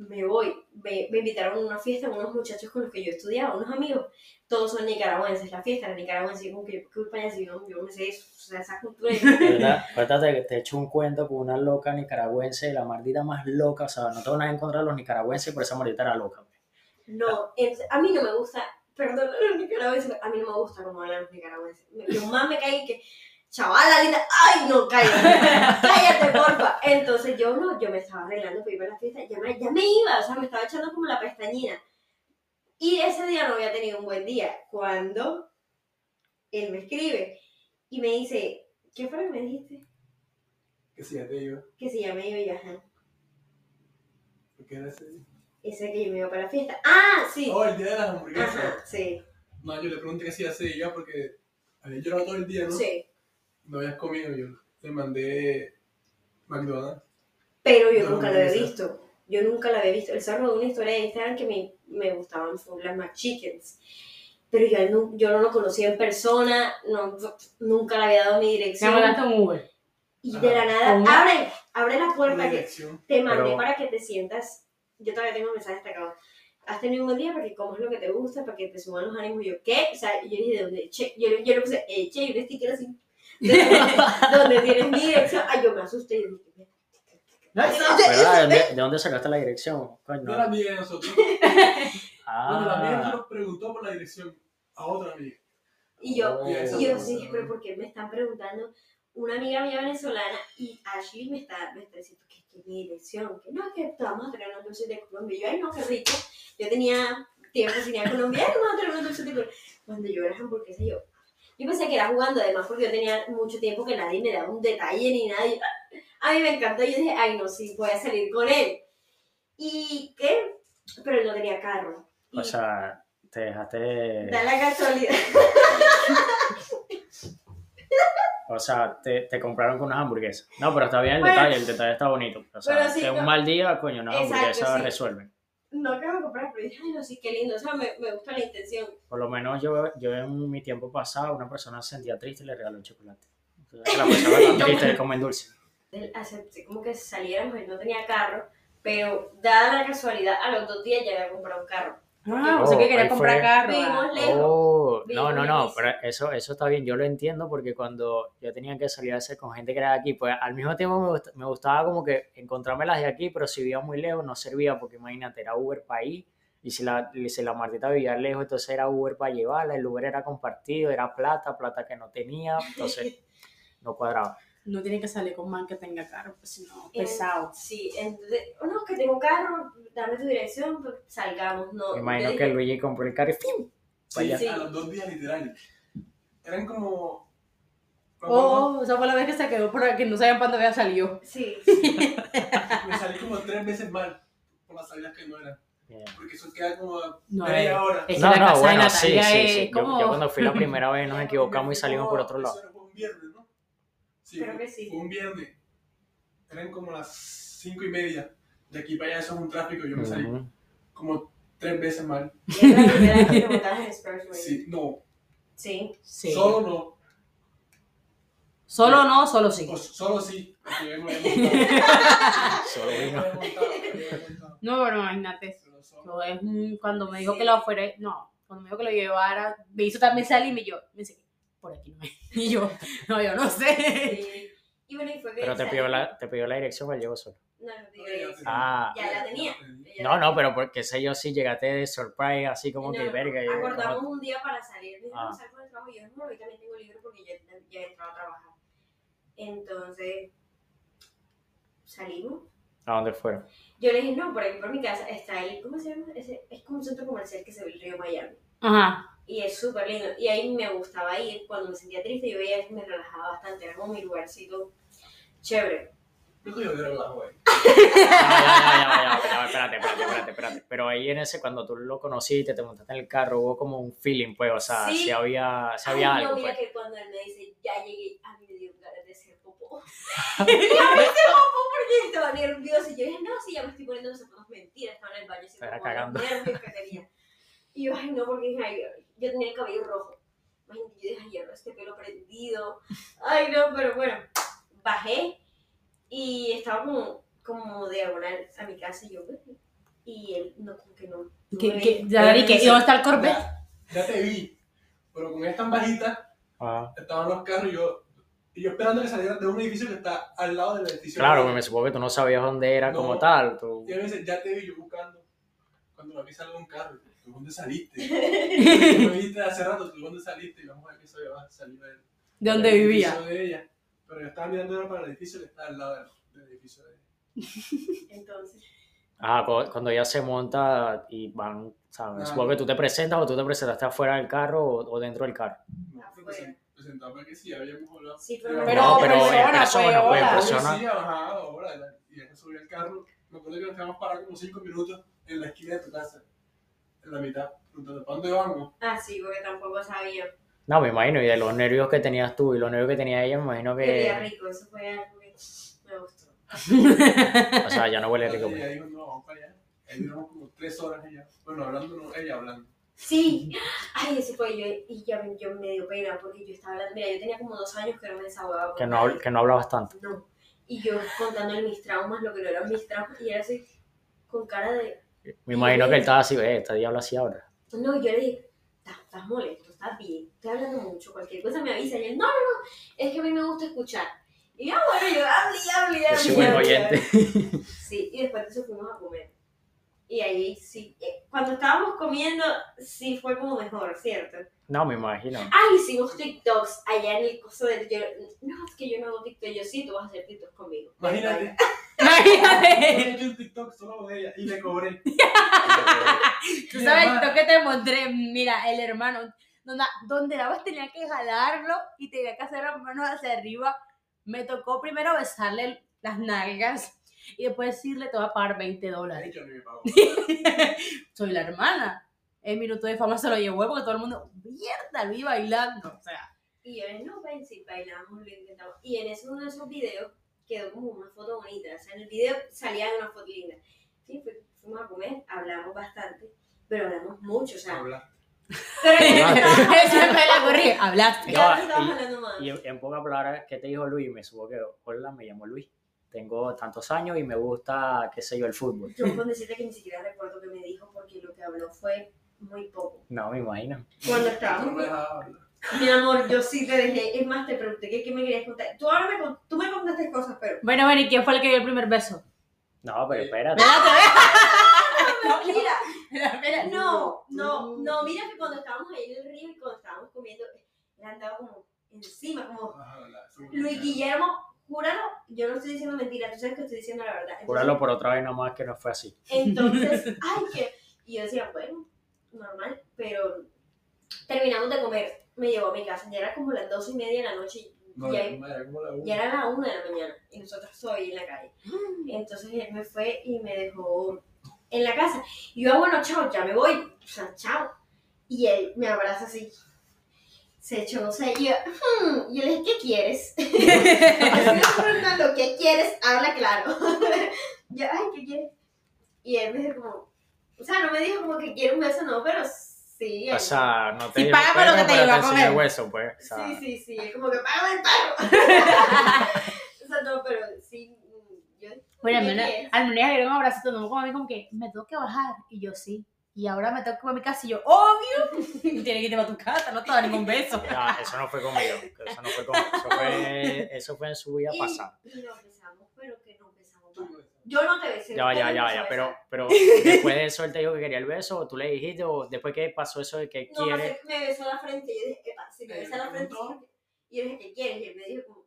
[SPEAKER 2] me voy, me, me invitaron a una fiesta unos muchachos con los que yo estudiaba, unos amigos, todos son nicaragüenses, la fiesta era nicaragüense, y yo como que, qué culpa ya si yo, yo no me sé eso, o sea, esa cultura,
[SPEAKER 1] ¿Verdad? Ahorita te, te echo un cuento con una loca nicaragüense, la maldita más loca, o sea, no tengo nada en contra de los nicaragüenses, pero esa maldita era loca. pues.
[SPEAKER 2] no, entonces, a mí no me gusta, perdón, a los nicaragüenses, a mí no me gusta como hablan los nicaragüenses, Me- lo más me cae que, chavala linda, ay no, cállate, cállate porfa, entonces yo no, yo me estaba arreglando para ir a la fiesta, ya me, ya me iba, o sea, me estaba echando como la pestañina, y ese día no había tenido un buen día, cuando él me escribe, y me dice, ¿qué fue lo que me dijiste?
[SPEAKER 3] Que sí, ya te digo.
[SPEAKER 2] que se llama Yo y Ajá.
[SPEAKER 3] Porque era ese.
[SPEAKER 2] Ese que yo me iba para la fiesta. Ah, sí.
[SPEAKER 3] Oh, el día de las hamburguesas.
[SPEAKER 2] Ajá, sí.
[SPEAKER 3] No, yo le pregunté que si ya se diga porque había llorado todo el día, ¿no?
[SPEAKER 2] Sí.
[SPEAKER 3] No habías comido. Yo le mandé McDonald's.
[SPEAKER 2] pero yo
[SPEAKER 3] No,
[SPEAKER 2] nunca
[SPEAKER 3] no,
[SPEAKER 2] lo había
[SPEAKER 3] no sé.
[SPEAKER 2] visto. Yo nunca la había visto. Él se de una historia de Instagram que me, me gustaban full las McChickens. Pero yo, al nu- yo no lo conocía en persona, no, nunca le había dado mi
[SPEAKER 5] Me
[SPEAKER 2] dirección.
[SPEAKER 5] mandaste un Uber.
[SPEAKER 2] Y de la nada,
[SPEAKER 5] ¿Cómo?
[SPEAKER 2] abre, abre la
[SPEAKER 3] Una
[SPEAKER 2] puerta que
[SPEAKER 3] dirección.
[SPEAKER 2] te mandé
[SPEAKER 1] Pero-
[SPEAKER 2] para que te sientas. Yo todavía tengo mensajes destacados. Has tenido un buen día porque comas lo que te gusta, para que te suban los ánimos. Y yo, ¿qué? O sea, yo dije, ¿de dónde? Che, yo, le- yo le puse, eh, che, y un sticker así. donde tienes mi dirección. Ay, yo me asusté. Yo dije,
[SPEAKER 1] ¿Verdad? ¿De, dónde- de dónde sacaste la dirección?
[SPEAKER 3] No
[SPEAKER 1] Coño.
[SPEAKER 3] la amiga de nosotros. Bueno, la amiga
[SPEAKER 1] Ah,
[SPEAKER 3] nos preguntó por la dirección a otra amiga.
[SPEAKER 2] y yo,
[SPEAKER 1] Oh.
[SPEAKER 3] Y a esa
[SPEAKER 2] Y yo
[SPEAKER 3] otra
[SPEAKER 2] sí,
[SPEAKER 3] persona.
[SPEAKER 2] dije, pero ¿por qué me están preguntando? Una amiga mía venezolana y Ashley me está, me está diciendo que, que mi dirección, que no, que te vamos a traer unos dulces de Colombia. Y yo, ay, no, qué rico. Yo tenía tiempo sin ir a Colombia, ay, vamos a traer unos dulces de Colombia. Cuando yo era las hamburguesas, yo, yo pensé que era jugando, además, porque yo tenía mucho tiempo que nadie me daba un detalle ni nadie. A mí me encantó. Yo dije, ay, no, sí, voy a salir con él. ¿Y qué? Pero él no tenía carro. Y
[SPEAKER 1] o sea, te dejaste.
[SPEAKER 2] da la casualidad.
[SPEAKER 1] O sea, te, te compraron con unas hamburguesas. No, pero está bien el
[SPEAKER 2] Bueno.
[SPEAKER 1] detalle, el detalle está bonito. O sea,
[SPEAKER 2] Bueno, Pues, sí,
[SPEAKER 1] que un
[SPEAKER 2] no.
[SPEAKER 1] mal día, coño, unas
[SPEAKER 2] Exacto,
[SPEAKER 1] hamburguesas
[SPEAKER 2] sí.
[SPEAKER 1] resuelven.
[SPEAKER 2] no quiero comprar, pero dije, ay, no, sí, qué lindo, o sea, me, me gusta la intención.
[SPEAKER 1] Por lo menos yo, yo en mi tiempo pasado, una persona se sentía triste y le regaló un chocolate. Entonces, la persona está triste le comen dulce.
[SPEAKER 2] Él acepté como que saliéramos, él no tenía carro, pero dada la casualidad, a los dos días ya había comprado un carro.
[SPEAKER 5] Ah,
[SPEAKER 1] o sea que Oh, quería ahí comprar fue.
[SPEAKER 5] carro. ah.
[SPEAKER 2] Vivimos lejos.
[SPEAKER 1] Oh,
[SPEAKER 2] Lejos.
[SPEAKER 1] no, no, no,
[SPEAKER 2] Lejos.
[SPEAKER 1] pero eso, eso está bien, yo lo entiendo porque cuando yo tenía que salir a hacer con gente que era de aquí, pues al mismo tiempo me, gust- me gustaba como que encontrarme las de aquí, pero si vivía muy lejos no servía porque imagínate, era Uber para ir y si la, y si la Martita vivía lejos, entonces era Uber para llevarla, el Uber era compartido, era plata, plata que no tenía, entonces no cuadraba.
[SPEAKER 5] No tiene que salir con man que tenga carro, pues si no,
[SPEAKER 2] Eh,
[SPEAKER 5] pesado.
[SPEAKER 2] Sí, entonces, "Oh, no, que tengo carro, dame tu dirección, pues, salgamos,
[SPEAKER 5] Oh,
[SPEAKER 2] no.
[SPEAKER 1] Me imagino
[SPEAKER 2] yo
[SPEAKER 1] que
[SPEAKER 2] dije,
[SPEAKER 1] Luigi compró el carro y ¡pim!
[SPEAKER 3] Sí,
[SPEAKER 1] Vaya.
[SPEAKER 3] a los dos días literal. Eran como. me acuerdo,
[SPEAKER 5] Oh, esa fue la vez que se quedó por que no sabían cuándo había salido.
[SPEAKER 2] Sí,
[SPEAKER 3] Me salí como tres veces mal por las salidas que no eran.
[SPEAKER 1] Bien.
[SPEAKER 3] Porque eso queda como a
[SPEAKER 5] No, eh.
[SPEAKER 3] media hora.
[SPEAKER 5] Es que
[SPEAKER 1] No,
[SPEAKER 5] la casa
[SPEAKER 1] no,
[SPEAKER 5] de
[SPEAKER 1] bueno, sí,
[SPEAKER 5] Natalia
[SPEAKER 1] sí,
[SPEAKER 5] es
[SPEAKER 1] sí. Yo,
[SPEAKER 5] como-
[SPEAKER 1] yo cuando fui la primera vez nos
[SPEAKER 3] Porque
[SPEAKER 1] equivocamos y
[SPEAKER 3] fue
[SPEAKER 1] salimos
[SPEAKER 3] como-
[SPEAKER 1] por otro lado.
[SPEAKER 3] eso fue un viernes, ¿no? Sí,
[SPEAKER 2] Creo que sí.
[SPEAKER 3] Fue un viernes. Eran como las cinco y media. De aquí para allá eso es un tráfico. Yo me salí
[SPEAKER 1] Ujú.
[SPEAKER 3] como tres veces mal.
[SPEAKER 2] y era la primera vez que te montabas en Expressway.
[SPEAKER 3] Sí, no.
[SPEAKER 2] Sí.
[SPEAKER 5] Sí. Solo,
[SPEAKER 3] Solo no.
[SPEAKER 5] no, solo sí.
[SPEAKER 3] O solo sí. Porque yo me había montado.
[SPEAKER 1] Solo
[SPEAKER 3] Yo me
[SPEAKER 1] vino.
[SPEAKER 3] había montado, yo me había montado.
[SPEAKER 5] No, pero imagínate.
[SPEAKER 3] Pero solo.
[SPEAKER 5] Yo es un- cuando me dijo
[SPEAKER 2] Sí.
[SPEAKER 5] que lo fuera, no, cuando me dijo que lo llevara, me hizo también salir y me yo, me dice, por aquí no es. Y yo, no, yo no sé.
[SPEAKER 2] sí. Y bueno, y fue que.
[SPEAKER 1] Pero te
[SPEAKER 2] sal-
[SPEAKER 1] pidió la, te pidió la dirección o la llevo solo.
[SPEAKER 2] No, no, te
[SPEAKER 3] No,
[SPEAKER 2] digo
[SPEAKER 3] ya
[SPEAKER 2] eso.
[SPEAKER 3] sé.
[SPEAKER 1] Ah,
[SPEAKER 2] Ya la tenía. Ella
[SPEAKER 1] no, no, pero porque sé yo si llegaste de surprise, así como
[SPEAKER 2] No,
[SPEAKER 1] que
[SPEAKER 2] no,
[SPEAKER 1] verga. yo-
[SPEAKER 2] Acordamos
[SPEAKER 1] como-
[SPEAKER 2] un día para salir. Dije,
[SPEAKER 1] Ah.
[SPEAKER 2] no, salgo del trabajo. Y yo, no, hoy también tengo libre porque ya, ya he entrado a trabajar. Entonces, salimos.
[SPEAKER 1] ¿A dónde fueron?
[SPEAKER 2] Yo le dije, no, por aquí por mi casa está el, ¿cómo se llama? Ese- es como un centro comercial que se ve el río Miami.
[SPEAKER 5] Ajá.
[SPEAKER 2] Y es súper lindo. Y ahí me gustaba ir. Cuando me sentía triste, yo veía que me relajaba bastante. Era como mi lugarcito chévere.
[SPEAKER 3] Yo estoy de relajo ahí.
[SPEAKER 1] Ya, ya, ya, ya, ya, ya, espérate, espérate, espérate, espérate. Pero ahí en ese, cuando tú lo conociste, te montaste en el carro, hubo como un feeling, pues, o sea,
[SPEAKER 2] Sí.
[SPEAKER 1] si había, si
[SPEAKER 2] Ay,
[SPEAKER 1] había
[SPEAKER 2] no,
[SPEAKER 1] algo,
[SPEAKER 2] mira
[SPEAKER 1] pues.
[SPEAKER 2] que cuando él me dice, ya llegué, a mí me dio ganas de hacer popó. Yo estaba nerviosa y yo dije, no, sí, ya me estoy poniendo los zapatos mentiras, estaba en el baño haciendo
[SPEAKER 1] Estaba
[SPEAKER 2] como
[SPEAKER 1] cagando.
[SPEAKER 2] los nervios que tenía. Y yo, ay, no, porque dije, ay, yo tenía el cabello rojo. Imagínate, yo dije, ay, ya, este pelo prendido. Ay, no, pero bueno, bajé y estaba como, como diagonal a mi casa y yo, "Uy". y él, no, como que no. no
[SPEAKER 5] Que,
[SPEAKER 2] me
[SPEAKER 5] que,
[SPEAKER 2] veía.
[SPEAKER 5] ya la vi que, ¿y dónde está el corbe?
[SPEAKER 3] Ya, ya te vi. Pero con estas bajitas
[SPEAKER 1] Ah,
[SPEAKER 3] estaban los carros y yo, y yo esperando que salieran de un edificio que está al lado del edificio.
[SPEAKER 1] Claro,
[SPEAKER 3] Y
[SPEAKER 1] me supongo que tú no sabías dónde era
[SPEAKER 3] No.
[SPEAKER 1] como tal. Tú...
[SPEAKER 3] ella me dice, ya te vi yo buscando. Cuando la vi salió de un carro, ¿tú dónde saliste? Tú me viste hace rato, ¿tú dónde saliste? Y vamos a ver que eso va a salir del,
[SPEAKER 5] ¿De dónde
[SPEAKER 3] del
[SPEAKER 5] vivía?
[SPEAKER 3] edificio de ella. Pero yo estaba mirando era para el edificio que está al lado del, del edificio de ella.
[SPEAKER 2] Entonces,
[SPEAKER 1] Ah, cu- cuando ya se monta y van, ¿sabes?
[SPEAKER 3] Ah.
[SPEAKER 1] Supongo que tú te presentas o tú te presentaste afuera del carro o, o dentro del carro.
[SPEAKER 3] No,
[SPEAKER 2] Ah,
[SPEAKER 3] pero
[SPEAKER 2] bueno.
[SPEAKER 3] present- presentaba porque sí, habíamos hablado.
[SPEAKER 2] sí, pero,
[SPEAKER 5] Pero,
[SPEAKER 1] No, pero
[SPEAKER 5] persona,
[SPEAKER 1] en persona,
[SPEAKER 5] pues,
[SPEAKER 1] pues, en
[SPEAKER 5] hola.
[SPEAKER 1] persona.
[SPEAKER 3] Sí, ajá, ahora. la- Y ella subió al carro. Me acuerdo que nos quedamos parados como 5 minutos en la esquina de tu casa. En la mitad. Preguntando, ¿para dónde vamos?
[SPEAKER 2] Ah, sí, porque tampoco sabía.
[SPEAKER 1] No, me imagino, y de los nervios que tenías tú y los nervios que tenía ella, me imagino
[SPEAKER 2] Quería
[SPEAKER 1] que...
[SPEAKER 2] rico, eso fue algo que me gustó.
[SPEAKER 1] O sea, ya no huele rico. pues.
[SPEAKER 3] Ella dijo, no, vamos para allá. Ahí duramos como tres horas ella. Bueno, hablando, no, ella hablando.
[SPEAKER 2] Sí, ay, ese fue yo. Y ya me- yo me dio pena porque yo estaba hablando. Mira, yo tenía como dos años que no me desahogaba. con
[SPEAKER 1] Que no,
[SPEAKER 2] nadie.
[SPEAKER 1] habl- que no hablabas tanto.
[SPEAKER 2] No. Y yo contándole mis traumas, lo que no eran mis traumas. Y él así, con cara de.
[SPEAKER 1] Me imagino que él estaba así, eh, este día habla así ahora.
[SPEAKER 2] No, yo le dije, "Ta- estás molesto, estás bien, estoy hablando mucho, cualquier cosa me avisa. Y él, no, no, no, es que a mí me gusta escuchar. Y yo, "Ah, bueno, yo hablé, y hablé, y
[SPEAKER 1] Yo
[SPEAKER 2] hablé.
[SPEAKER 1] soy
[SPEAKER 2] y
[SPEAKER 1] buen
[SPEAKER 2] hablé".
[SPEAKER 1] oyente.
[SPEAKER 2] Sí, y después de eso fuimos a comer. Y ahí sí, eh, cuando estábamos comiendo, sí fue como mejor, ¿cierto?
[SPEAKER 1] No, me imagino.
[SPEAKER 2] Ah, hicimos TikToks allá en el coso de... Yo, no, es que yo no hago TikTok, yo sí, tú vas a hacer TikToks conmigo.
[SPEAKER 3] Imagínate.
[SPEAKER 5] Imagínate.
[SPEAKER 3] Yo hice un TikTok solo de ella y le cobré.
[SPEAKER 5] Tú sabes lo que te mostré. Mira, el hermano. Donde, donde la voz tenía que jalarlo y tenía que hacer las manos hacia arriba. Me tocó primero besarle las nalgas y después decirle te voy a pagar 20
[SPEAKER 3] De
[SPEAKER 5] dólares.
[SPEAKER 3] hecho, ni me pagó.
[SPEAKER 5] Soy la hermana. El minuto de fama se lo llevó porque todo el mundo, mierda, lo vi bailando. O sea,
[SPEAKER 2] Y yo les no, ven, sí, bailamos, lo intentamos. Y en ese, uno de esos videos quedó como una foto bonita. O sea, en el video salía una foto linda. Sí, fue- fuimos a comer, hablamos bastante, pero hablamos mucho, o sea.
[SPEAKER 3] Habla.
[SPEAKER 2] Pero ya no estábamos
[SPEAKER 5] eso me la
[SPEAKER 2] hablando-
[SPEAKER 5] corrí. Hablaste.
[SPEAKER 2] ya
[SPEAKER 1] No,
[SPEAKER 2] no estábamos
[SPEAKER 1] y-
[SPEAKER 2] hablando más.
[SPEAKER 1] Y en, en pocas palabras, ¿qué te dijo Luis? Me supo que, hola, me llamo Luis. Tengo tantos años y me gusta, qué sé yo, el fútbol.
[SPEAKER 2] Yo con decirte que ni siquiera recuerdo que me dijo porque lo que habló fue muy poco.
[SPEAKER 1] No, me imagino.
[SPEAKER 2] Cuando
[SPEAKER 3] No me
[SPEAKER 2] estábamos.
[SPEAKER 3] dejaba hablar.
[SPEAKER 2] Mi amor, yo sí te dejé. Es más, te pregunté que qué me querías contar. Tú ahora me, con- tú me contaste cosas, pero.
[SPEAKER 5] Bueno, bueno, ¿y quién fue el que dio el primer beso?
[SPEAKER 1] No, pero espérate.
[SPEAKER 2] Ah, Mira,
[SPEAKER 5] Espérate.
[SPEAKER 2] No, no, no, mira que cuando estábamos ahí en el río y cuando estábamos comiendo, él andaba como encima, como
[SPEAKER 3] Ah, habla. Sí,
[SPEAKER 2] Luis
[SPEAKER 3] ya.
[SPEAKER 2] Guillermo, júralo, yo no estoy diciendo mentira, tú sabes que estoy diciendo la verdad. Entonces-
[SPEAKER 1] Júralo por otra vez nomás que no fue así.
[SPEAKER 2] Entonces, ay, que. Y yo decía, bueno, normal, pero terminamos de comer, me llevó a mi casa, ya era como las dos y media de la noche y
[SPEAKER 3] No,
[SPEAKER 2] ya-
[SPEAKER 3] no, era como la una.
[SPEAKER 2] ya era la una de la mañana y nosotros hoy en la calle. Entonces él me fue y me dejó en la casa. Y yo, ah, bueno, chao, ya me voy. O sea, chao. Y él me abraza así. Se echó, no sé. Y yo, hmm. y él es, ¿qué quieres? Así me preguntando, ¿qué quieres? Habla claro. yo, ay, ¿qué quieres? Y él me dijo como, o sea, no me dijo como que quiere un beso, no, pero sí.
[SPEAKER 1] O sea, no te
[SPEAKER 5] Sí,
[SPEAKER 1] dio
[SPEAKER 5] paga por lo que te
[SPEAKER 1] pero
[SPEAKER 5] iba a
[SPEAKER 1] enseñó el
[SPEAKER 5] comer.
[SPEAKER 1] hueso, pues. O sea,
[SPEAKER 2] Sí, sí, sí, es como que págame el perro. o sea, no, pero sí, mm, yo...
[SPEAKER 5] Bueno, al
[SPEAKER 2] ¿qué
[SPEAKER 5] menos,
[SPEAKER 2] quieres?
[SPEAKER 5] al menos ella dio un abracito, no como a mí, como que me tengo que bajar. Y yo sí. Y ahora me tengo que ir a mi casa. Y yo, obvio. Tiene que irte a tu casa, no te da ningún beso.
[SPEAKER 1] no, eso no fue conmigo. Eso no fue conmigo. Eso fue, eso fue en su vida
[SPEAKER 2] Y-
[SPEAKER 1] pasada.
[SPEAKER 2] Y nos besamos, pero que nos besamos.
[SPEAKER 3] Tú, güey.
[SPEAKER 2] Yo no te besé.
[SPEAKER 1] Ya va,
[SPEAKER 2] usted
[SPEAKER 1] ya,
[SPEAKER 2] me
[SPEAKER 1] ya, va,
[SPEAKER 2] empezó
[SPEAKER 1] ya.
[SPEAKER 2] a
[SPEAKER 1] Pero,
[SPEAKER 2] besar.
[SPEAKER 1] pero después de eso él te dijo que quería el beso, o tú le dijiste, o después que pasó eso de que
[SPEAKER 2] No,
[SPEAKER 1] quiere.
[SPEAKER 2] me- me besó la frente. Y yo dije, epa, si me
[SPEAKER 3] Eh,
[SPEAKER 2] besa la
[SPEAKER 3] ¿me
[SPEAKER 2] frente.
[SPEAKER 3] preguntó?
[SPEAKER 2] Y yo dije, ¿qué quieres? Y él me dijo, como,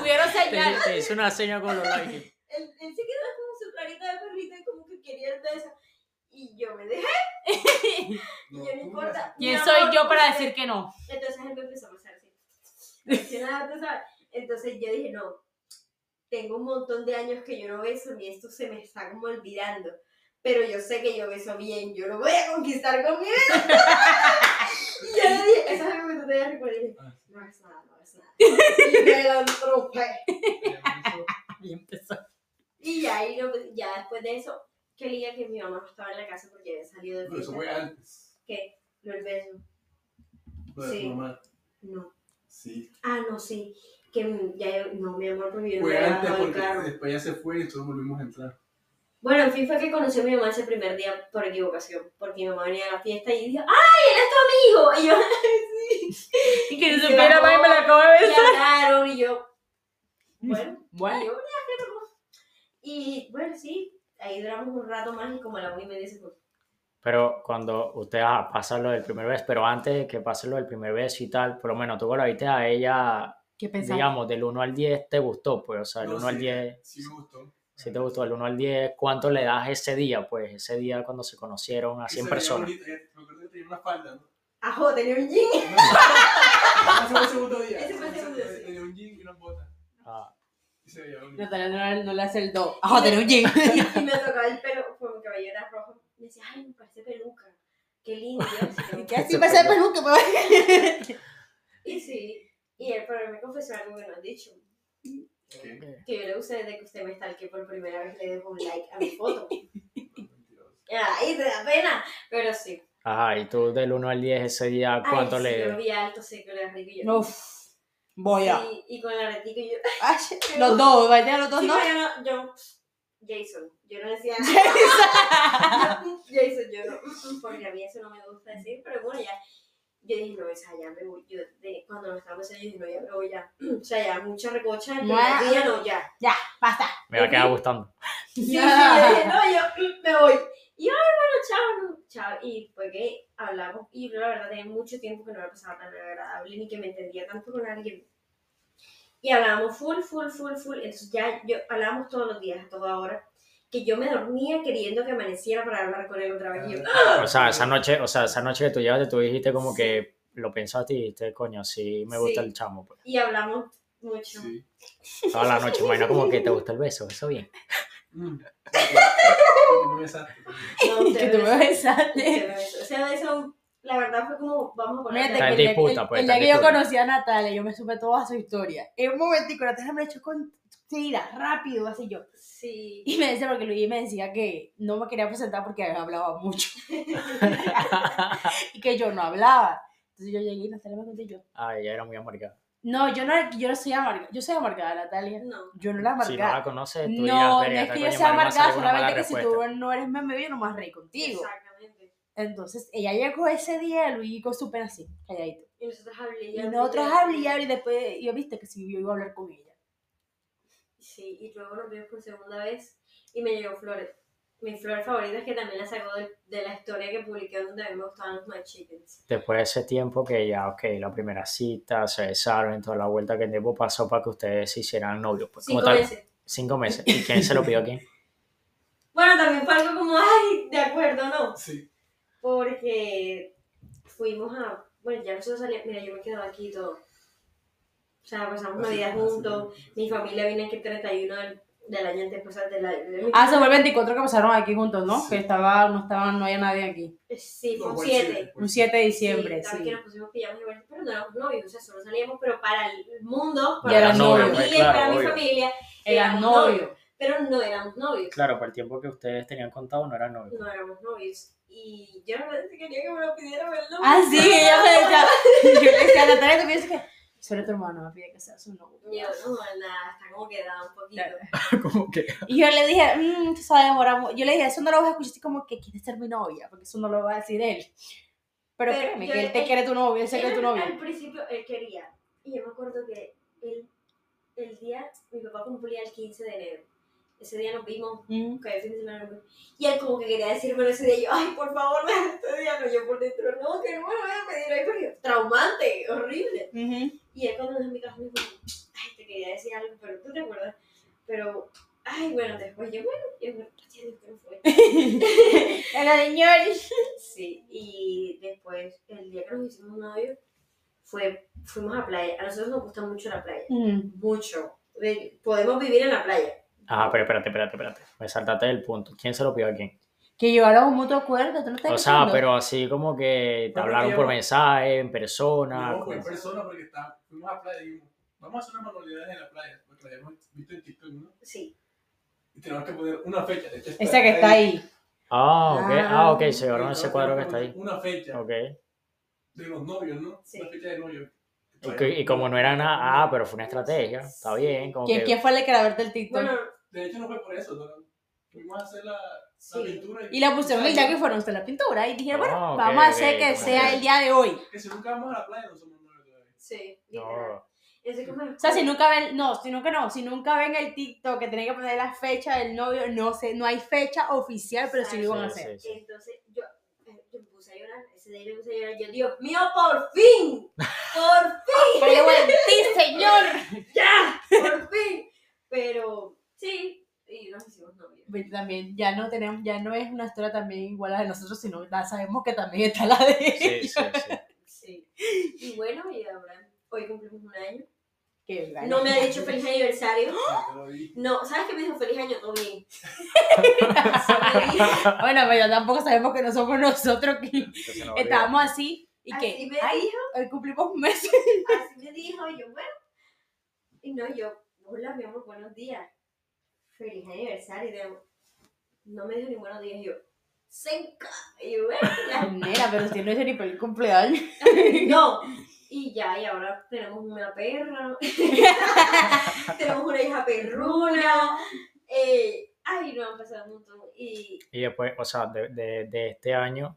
[SPEAKER 5] Hubieron
[SPEAKER 1] Te,
[SPEAKER 5] señal.
[SPEAKER 1] te hizo una seña con los labios.
[SPEAKER 2] él, él se quedó como su carita de perrito y como que quería el beso. Y yo me dejé.
[SPEAKER 3] No,
[SPEAKER 2] y yo no
[SPEAKER 3] tú,
[SPEAKER 2] importa.
[SPEAKER 3] güey.
[SPEAKER 5] ¿Quién
[SPEAKER 2] mi
[SPEAKER 5] soy
[SPEAKER 2] amor,
[SPEAKER 5] yo para
[SPEAKER 2] usted-
[SPEAKER 5] decir que no?
[SPEAKER 2] Entonces él me empezó a besar así. Emocionada, tú sabes. Entonces yo dije, no, tengo un montón de años que yo no beso ni esto se me está como olvidando. Pero yo sé que yo beso bien, yo lo voy a conquistar con mi beso. y yo le dije, eso es algo que tú te vas a recordar. Y dije,
[SPEAKER 3] Ah.
[SPEAKER 2] no hagas nada, no hagas nada. Y me lo entrompé.
[SPEAKER 3] Ah,
[SPEAKER 1] Y empezó.
[SPEAKER 2] Y ya, ahí no- ya después de eso, qué liga que mi mamá no estaba en la casa porque había salido de
[SPEAKER 3] Pero eso
[SPEAKER 2] fiesta.
[SPEAKER 3] fue antes.
[SPEAKER 2] No, el beso,
[SPEAKER 3] Lo de
[SPEAKER 2] Sí.
[SPEAKER 3] tu mamá.
[SPEAKER 2] no.
[SPEAKER 3] Sí.
[SPEAKER 2] Ah, no, sí. Que mm, ya, yo- no, mi amor, porque yo no
[SPEAKER 3] Fue
[SPEAKER 2] había
[SPEAKER 3] antes
[SPEAKER 2] bajado el
[SPEAKER 3] porque
[SPEAKER 2] carro.
[SPEAKER 3] después ya se fue y nosotros volvimos a entrar.
[SPEAKER 2] Bueno, en fin, fue que conoció a mi mamá ese primer día por equivocación, porque mi mamá venía a la fiesta y dijo, ¡ay, él es tu amigo! Y yo, "Ay, sí.
[SPEAKER 5] Y que
[SPEAKER 2] Y se
[SPEAKER 5] si supiera,
[SPEAKER 2] bajó.
[SPEAKER 5] mami, me la acabo de
[SPEAKER 2] Y
[SPEAKER 5] besar.
[SPEAKER 2] hablaron y yo, bueno,
[SPEAKER 5] Bueno.
[SPEAKER 2] y yo, "Mira, qué loco". y bueno, sí, ahí duramos un rato más y como a la una y media se fue.
[SPEAKER 1] Pero cuando usted ah, pasa lo del primer beso, pero antes de que pase lo del primer beso y tal, por lo menos tú que la viste a ella
[SPEAKER 5] ¿Qué pensaba?
[SPEAKER 1] digamos, del 1 al 10 te gustó, pues, o sea, del
[SPEAKER 3] No,
[SPEAKER 1] 1 al
[SPEAKER 3] sí,
[SPEAKER 1] 10,
[SPEAKER 3] Sí me gustó.
[SPEAKER 1] si te gustó, del 1 al 10, ¿cuánto le das ese día? Pues ese día cuando se conocieron a 100
[SPEAKER 3] Y se veía
[SPEAKER 1] personas.
[SPEAKER 3] bonita, eh, Me acuerdo que tenía una falda, ¿no?
[SPEAKER 2] Ajo, tenía un jean.
[SPEAKER 3] Ese fue el segundo día.
[SPEAKER 2] Ese fue el segundo día, sí.
[SPEAKER 3] Tenía un jean y una bota.
[SPEAKER 1] Ah,
[SPEAKER 3] Y se veía bonito.
[SPEAKER 5] Natalia no, no le hace el do. Ah, joder, un jean.
[SPEAKER 2] Y, y me tocaba el pelo, como mi cabello era rojo. Y decía, ay, me parece peluca. Qué lindo. Y yo,
[SPEAKER 5] Que así me hace peluca, me va a-
[SPEAKER 2] Y sí, y él, pero él me confesó algo que no ha dicho.
[SPEAKER 3] ¿Qué?
[SPEAKER 2] Que yo lo usé desde que usted me stalkeó por primera vez le dejo un like a mi foto.
[SPEAKER 3] Mentiroso.
[SPEAKER 2] Ay, te da pena. Pero sí.
[SPEAKER 1] Ajá, y tú del 1 al 10 ese día,
[SPEAKER 2] Ay,
[SPEAKER 1] ¿cuánto
[SPEAKER 2] sí,
[SPEAKER 1] le
[SPEAKER 2] Yo lo vi alto, sí, con el aretico y yo.
[SPEAKER 5] Uf, voy a.
[SPEAKER 2] Y, y con el aretico y yo.
[SPEAKER 5] Ay, los dos, vaya, los dos
[SPEAKER 2] Sí,
[SPEAKER 5] no.
[SPEAKER 2] pero yo no- yo, Jason, yo no decía Jason, yo no, mm, porque a mí eso no me gusta decir, pero bueno, ya, yo dije, no, esa ya me voy, yo de- cuando lo estaba pensando, yo dije, no, ya me voy, ya, o sea, ya, mucha recocha, el primer
[SPEAKER 5] Ya.
[SPEAKER 2] día no, ya,
[SPEAKER 5] Basta.
[SPEAKER 1] Me va a quedar gustando.
[SPEAKER 2] sí, sí, yo dije, no, yo mm, me voy, y yo, ay, bueno, chao, no, chao, y fue que hablamos, y yo la verdad tenía mucho tiempo que no me pasaba tan agradable, ni que me entendía tanto con alguien, y hablábamos full, full, full, full, entonces ya, yo, hablábamos todos los días, a toda hora, que yo me dormía queriendo que amaneciera para hablar con él otra vez, y yo,
[SPEAKER 1] O sea, esa noche, o sea, esa noche que tú llegaste, tú dijiste como que lo pensaste y dijiste, coño, sí me gusta
[SPEAKER 2] Sí.
[SPEAKER 1] el chamo. Pues.
[SPEAKER 2] "Ah", y hablamos mucho.
[SPEAKER 3] Sí.
[SPEAKER 1] Toda la noche, imagino como que te gusta el beso, eso bien.
[SPEAKER 3] Mm. Porque me besaste.
[SPEAKER 2] No, usted
[SPEAKER 5] Que tú
[SPEAKER 2] besó,
[SPEAKER 5] me besaste.
[SPEAKER 2] usted besó. O sea, eso, la verdad fue como, vamos a poner.
[SPEAKER 5] Mírate
[SPEAKER 1] Está en
[SPEAKER 5] que el día,
[SPEAKER 1] disputa,
[SPEAKER 5] el-
[SPEAKER 1] pues,
[SPEAKER 5] el
[SPEAKER 1] está
[SPEAKER 5] día
[SPEAKER 1] en
[SPEAKER 5] que yo
[SPEAKER 1] disputa.
[SPEAKER 5] conocí a Natalia, yo me supe toda su historia. En un momentico, Natalia me echó con tira, rápido, así yo.
[SPEAKER 2] Sí.
[SPEAKER 5] Y me decía, porque Luis me decía que no me quería presentar porque hablaba mucho. y que yo no hablaba. Entonces yo llegué y Natalia me contó y yo.
[SPEAKER 1] Ay, ella era muy amargada.
[SPEAKER 5] No, yo no, yo no soy amargada. Yo soy amargada, Natalia.
[SPEAKER 2] No.
[SPEAKER 5] Yo no la
[SPEAKER 1] Si no la
[SPEAKER 5] amargada.
[SPEAKER 1] conoces, tú dirás,
[SPEAKER 5] no, no
[SPEAKER 1] "Verga,
[SPEAKER 5] es
[SPEAKER 1] esta
[SPEAKER 5] que yo
[SPEAKER 1] coño
[SPEAKER 5] sea
[SPEAKER 1] madre me va a
[SPEAKER 5] amargada,
[SPEAKER 1] salir una mala
[SPEAKER 5] solamente que si
[SPEAKER 1] respuesta".
[SPEAKER 5] tú no eres mi amigo, yo no más reí contigo.
[SPEAKER 2] Exactamente.
[SPEAKER 5] Entonces ella llegó ese día, Luis, con su pena así, calladito.
[SPEAKER 2] Y nosotros hablé
[SPEAKER 5] Y nosotros hablé y hablé, y después yo viste que sí, yo iba a hablar con ella.
[SPEAKER 2] Sí, y luego nos vimos por segunda vez y me llegó flores. Mi flor favorita es que también la sacó de, de la historia que publiqué donde a mí me gustaban los McChickens.
[SPEAKER 1] Después de ese tiempo que ya, ok, la primera cita, se besaron, toda la vuelta que el tiempo pasó para que ustedes se hicieran novios. Pues, como
[SPEAKER 2] Cinco
[SPEAKER 1] tal,
[SPEAKER 2] meses.
[SPEAKER 1] Cinco meses. ¿Y quién se lo pidió a quién?
[SPEAKER 2] Bueno, también fue algo como, ay, de acuerdo, no.
[SPEAKER 3] Sí.
[SPEAKER 2] Porque fuimos a. Bueno, ya nosotros salíamos. Mira, yo me he quedado aquí y todo. O sea, pasamos
[SPEAKER 3] Así,
[SPEAKER 2] Navidad
[SPEAKER 3] así.
[SPEAKER 2] juntos. Mi familia vino aquí el 31 del, del año antes, pues, de la. de-
[SPEAKER 5] Ah, se fue el 24 que pasaron aquí juntos, ¿no?
[SPEAKER 3] Sí.
[SPEAKER 5] Que estaba, no estaba, no había nadie aquí.
[SPEAKER 2] Sí, fue
[SPEAKER 3] No,
[SPEAKER 2] un
[SPEAKER 3] fue el
[SPEAKER 2] 7.
[SPEAKER 5] Un 7 de diciembre,
[SPEAKER 2] sí.
[SPEAKER 5] sí.
[SPEAKER 2] que nos pusimos pijamas igual, pero no éramos novios, o sea, solo salíamos, pero para el mundo,
[SPEAKER 5] Ya
[SPEAKER 2] para
[SPEAKER 5] eran
[SPEAKER 2] mi
[SPEAKER 5] novios,
[SPEAKER 2] familia y
[SPEAKER 1] claro,
[SPEAKER 2] para mi
[SPEAKER 1] obvio.
[SPEAKER 2] familia,
[SPEAKER 5] Era
[SPEAKER 2] éramos
[SPEAKER 5] novio.
[SPEAKER 2] pero no éramos novios,
[SPEAKER 1] Claro, para el tiempo que ustedes tenían contado no eran novios.
[SPEAKER 2] no éramos novios. Y yo realmente quería que me lo pidiera, ¿verdad?
[SPEAKER 5] Ah, sí, ella me decía, yo le decía a Natalia, tú piensas que, solo tu hermano me pide que sea su novio.
[SPEAKER 2] Y yo, no, nada, está como quedado un poquito.
[SPEAKER 1] como que?
[SPEAKER 5] Y yo le dije, mmm, tú sabes, demoramos. Yo le dije, eso no lo vas a escuchar así como que quieres ser mi novia, porque eso no lo va a decir él. Pero,
[SPEAKER 2] Pero
[SPEAKER 5] créeme,
[SPEAKER 2] yo-
[SPEAKER 5] que él te
[SPEAKER 2] él-
[SPEAKER 5] quiere tu novio, él se
[SPEAKER 2] Él
[SPEAKER 5] quiere tu
[SPEAKER 2] al-
[SPEAKER 5] novio.
[SPEAKER 2] Al principio él quería. Y yo me acuerdo que él, el día, mi papá cumplía el 15 de enero. Ese día nos vimos,
[SPEAKER 5] Mm.
[SPEAKER 2] que el fin de semana nos vimos. Y él como que quería decírmelo ese día. y Yo, ay, por favor, no, este día no. Yo por dentro, no, que no me lo voy a pedir ahí porque traumante, horrible.
[SPEAKER 5] Ujú.
[SPEAKER 2] Y él cuando nos dejó en mi casa me dijo, ay, te quería decir algo, pero tú te acuerdas. Pero, ay, bueno, después yo, bueno, yo, bueno, gracias a Dios que no fue.
[SPEAKER 5] Era de ñoñi.
[SPEAKER 2] Sí, y después, el día que nos hicimos novios, fue, fuimos a playa. A nosotros nos gusta mucho la playa.
[SPEAKER 5] Mm.
[SPEAKER 2] Mucho. De- podemos vivir en la playa.
[SPEAKER 1] Ajá, Ah, pero espérate, espérate, espérate. Me saltaste del punto. ¿Quién se lo pidió a quién?
[SPEAKER 5] Que llevaron un mutuo acuerdo, tú no estás
[SPEAKER 1] O sea,
[SPEAKER 5] escuchando?
[SPEAKER 1] pero así como que te
[SPEAKER 3] Porque
[SPEAKER 1] hablaron
[SPEAKER 3] yo-
[SPEAKER 1] por mensaje, en persona.
[SPEAKER 3] No, fue en
[SPEAKER 1] como-
[SPEAKER 3] persona porque está, fuimos a la playa y dijimos, vamos a hacer unas manualidades en la playa, porque la habíamos visto en TikTok, ¿no?
[SPEAKER 2] Sí.
[SPEAKER 3] Y tenemos que poner una fecha. Esta
[SPEAKER 5] Esa que está ahí.
[SPEAKER 1] Ah, ok. Ah, ok. Se
[SPEAKER 3] Y
[SPEAKER 1] llevaron ese
[SPEAKER 3] tenemos
[SPEAKER 1] cuadro que está
[SPEAKER 3] poner
[SPEAKER 1] ahí.
[SPEAKER 3] Una fecha
[SPEAKER 1] Ok.
[SPEAKER 3] de los novios, ¿no?
[SPEAKER 2] Sí.
[SPEAKER 3] Una fecha de novios.
[SPEAKER 1] Y, que- y como no era nada, ah, pero fue una estrategia. Está bien. Como
[SPEAKER 5] ¿Quién,
[SPEAKER 1] que-
[SPEAKER 5] quién fue el creador del TikTok?
[SPEAKER 2] Bueno,
[SPEAKER 3] De hecho, no fue por eso, ¿no? Fuimos a hacer la, la
[SPEAKER 2] sí.
[SPEAKER 3] pintura.
[SPEAKER 5] y la pusieron
[SPEAKER 3] y
[SPEAKER 5] y ya que fueron hasta la pintura. Y dijeron, bueno,
[SPEAKER 1] Ah, ok,
[SPEAKER 5] vamos a hacer
[SPEAKER 1] ok,
[SPEAKER 5] que
[SPEAKER 1] como
[SPEAKER 5] sea
[SPEAKER 1] que-
[SPEAKER 5] el día de hoy.
[SPEAKER 3] Que si nunca vamos a la playa, no somos novios todavía.
[SPEAKER 2] Sí, literal.
[SPEAKER 1] No.
[SPEAKER 2] Eso es como-
[SPEAKER 5] O sea, si nunca ven, no, si nunca no, si nunca ven el TikTok que tienen que poner la fecha del novio, no sé, no hay fecha oficial, pero sí lo iban a
[SPEAKER 1] Sí,
[SPEAKER 5] hacer.
[SPEAKER 1] sí, sí.
[SPEAKER 2] Entonces, yo, yo me puse a llorar. Ese día yo me puse a llorar. Yo, Dios mío, por fin. Por
[SPEAKER 5] Pero yo, bueno, sí, señor.
[SPEAKER 2] fin. Ya. Por fin. Pero, sí. Y nos hicimos novios.
[SPEAKER 5] Pues también ya no tenemos, ya no es una historia también igual a la de nosotros, sino ya sabemos que también está la de
[SPEAKER 1] Sí, sí,
[SPEAKER 5] ellos.
[SPEAKER 1] sí.
[SPEAKER 2] Sí. Y bueno, y ahora, hoy cumplimos un año.
[SPEAKER 5] Que vale.
[SPEAKER 2] No me ha dicho feliz aniversario.
[SPEAKER 3] Yo lo vi.
[SPEAKER 2] No, ¿sabes qué me dijo feliz año? Todo bien.
[SPEAKER 5] Bueno, pero ya tampoco sabemos que no somos nosotros que
[SPEAKER 1] Que se nos olvidó.
[SPEAKER 5] estábamos así y
[SPEAKER 2] Así
[SPEAKER 5] que
[SPEAKER 2] me
[SPEAKER 5] ay,
[SPEAKER 2] dijo,
[SPEAKER 5] hoy cumplimos un mes.
[SPEAKER 2] así me dijo, y yo, bueno. Y no, yo, hola, mi amor, buenos días. Feliz aniversario. Y de- no me dijo ni buenos días. Y yo, Senka. Y yo, bueno, ya.
[SPEAKER 5] Nena, pero si no es ni para el cumpleaños.
[SPEAKER 2] No. Y ya, y ahora tenemos una perra. tenemos una hija perruna. Eh, ay, no, han pasado un montón. Y
[SPEAKER 1] Y después, o sea, de, de- de este año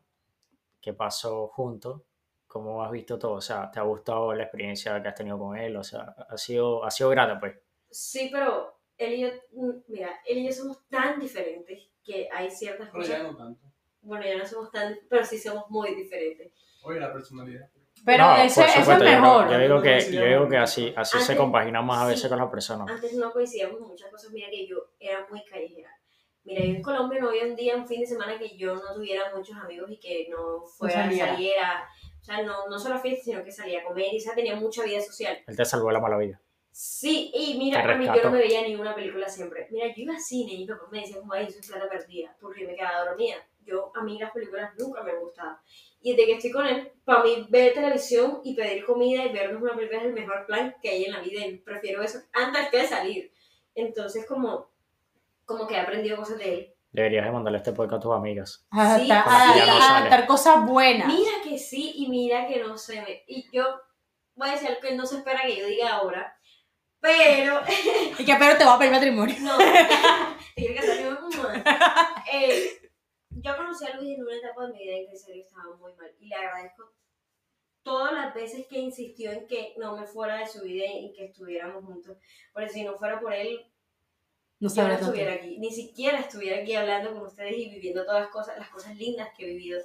[SPEAKER 1] que pasó juntos, ¿cómo has visto todo? O sea, ¿te ha gustado la experiencia que has tenido con él? O sea, ha sido, ha sido grata, pues.
[SPEAKER 2] sí, pero él y yo, mm, mira, él y yo somos tan diferentes que hay ciertas
[SPEAKER 3] Pero ya
[SPEAKER 2] cosas.
[SPEAKER 3] no tanto.
[SPEAKER 2] Bueno, ya no somos tan, pero sí somos muy diferentes.
[SPEAKER 3] Oye, la personalidad.
[SPEAKER 5] Pero
[SPEAKER 1] No,
[SPEAKER 5] eso,
[SPEAKER 1] por
[SPEAKER 5] eso
[SPEAKER 1] supuesto,
[SPEAKER 5] es
[SPEAKER 1] yo no-
[SPEAKER 5] mejor. Ah,
[SPEAKER 1] Yo, digo que,
[SPEAKER 3] Sí,
[SPEAKER 1] yo digo que así, así se
[SPEAKER 2] antes-
[SPEAKER 1] compagina más a veces
[SPEAKER 2] sí.
[SPEAKER 1] con las personas.
[SPEAKER 2] Antes no coincidíamos en muchas cosas, mira que yo era muy callejera. Mira, yo en Colombia no había un día, un fin de semana que yo no tuviera muchos amigos y que no fuera,
[SPEAKER 5] saliera.
[SPEAKER 2] saliera. O sea, no, no solo a fiestas, sino que salía a comer y o sea, tenía mucha vida social.
[SPEAKER 1] Él te salvó la mala vida.
[SPEAKER 2] Sí, y mira,
[SPEAKER 1] Te
[SPEAKER 2] a mí yo
[SPEAKER 1] rescató.
[SPEAKER 2] no me veía ni una película siempre. Mira, yo iba a cine y mi papá me decía, como, ay, eso es plata perdida, porque me quedaba dormida. Yo, a mí las películas nunca me gustaban. Y desde que estoy con él, para mí ver televisión y pedir comida y vernos una película es el mejor plan que hay en la vida. Y prefiero eso antes que salir. Entonces, como, como que he aprendido cosas de él.
[SPEAKER 1] Deberías de mandarle este podcast a tus amigas.
[SPEAKER 5] A
[SPEAKER 2] Sí,
[SPEAKER 5] adaptar,
[SPEAKER 1] porque ya no
[SPEAKER 5] a- a
[SPEAKER 1] sale.
[SPEAKER 5] adaptar cosas buenas.
[SPEAKER 2] Mira que sí y mira que no se me... Y yo voy a decir algo que él no se espera que yo diga ahora, pero...
[SPEAKER 5] Y que pero te va a pedir matrimonio.
[SPEAKER 2] No, te quiero casar yo eh, Yo conocí a Luis en una etapa de mi vida en que en serio estaba muy mal y le agradezco todas las veces que insistió en que no me fuera de su vida y que estuviéramos juntos, porque si no fuera por él, yo
[SPEAKER 5] No
[SPEAKER 2] no
[SPEAKER 5] sabrá tanto.
[SPEAKER 2] estuviera aquí, ni siquiera estuviera aquí hablando con ustedes y viviendo todas las cosas, las cosas lindas que he vivido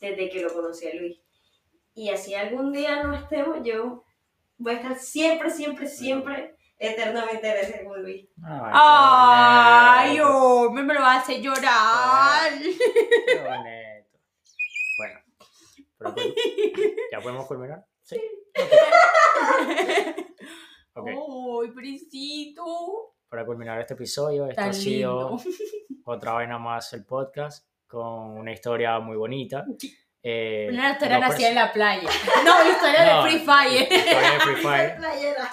[SPEAKER 2] desde que lo conocí a Luis. Y así algún día no estemos, yo voy a estar siempre, siempre, siempre eternamente agradecida con Luis.
[SPEAKER 5] Ay,
[SPEAKER 1] qué bonito,
[SPEAKER 5] hombre, me lo hace llorar.
[SPEAKER 1] qué bonito. Bueno, pero pues, ¿ya podemos culminar? Sí. Ok. Ok,
[SPEAKER 5] Ay, Prisito.
[SPEAKER 1] para culminar este episodio, esto
[SPEAKER 5] Tan
[SPEAKER 1] ha sido
[SPEAKER 5] lindo.
[SPEAKER 1] otra vaina más el podcast con una historia muy bonita. Eh,
[SPEAKER 5] Una historia
[SPEAKER 1] no,
[SPEAKER 5] nacida en
[SPEAKER 1] pers-
[SPEAKER 5] la playa. No, una historia
[SPEAKER 1] No,
[SPEAKER 5] de Free Fire.
[SPEAKER 1] Historia de Free Fire.
[SPEAKER 2] Playera.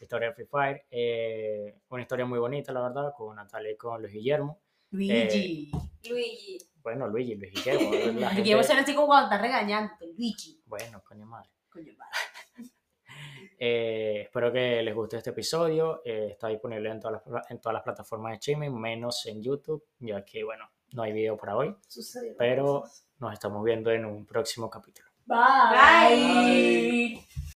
[SPEAKER 1] Historia de Free Fire. eh, una historia muy bonita, la verdad, con Natalia y con Luis Guillermo.
[SPEAKER 5] Luigi.
[SPEAKER 2] Luigi.
[SPEAKER 1] Bueno, Luigi, Luis Guillermo. Eh, la
[SPEAKER 5] Porque
[SPEAKER 1] gente-
[SPEAKER 5] yo voy a ser así como cuando estás regañando. Luigi.
[SPEAKER 1] Bueno, coño madre.
[SPEAKER 5] Coño, madre.
[SPEAKER 1] Eh, espero que les guste este episodio. eh, está disponible en todas, las, pla- en todas las plataformas de streaming, menos en YouTube, ya que, bueno, no hay video para hoy.
[SPEAKER 3] Sucedió.
[SPEAKER 1] Pero nos estamos viendo en un próximo capítulo.
[SPEAKER 5] Bye.
[SPEAKER 2] Bye.
[SPEAKER 5] Bye.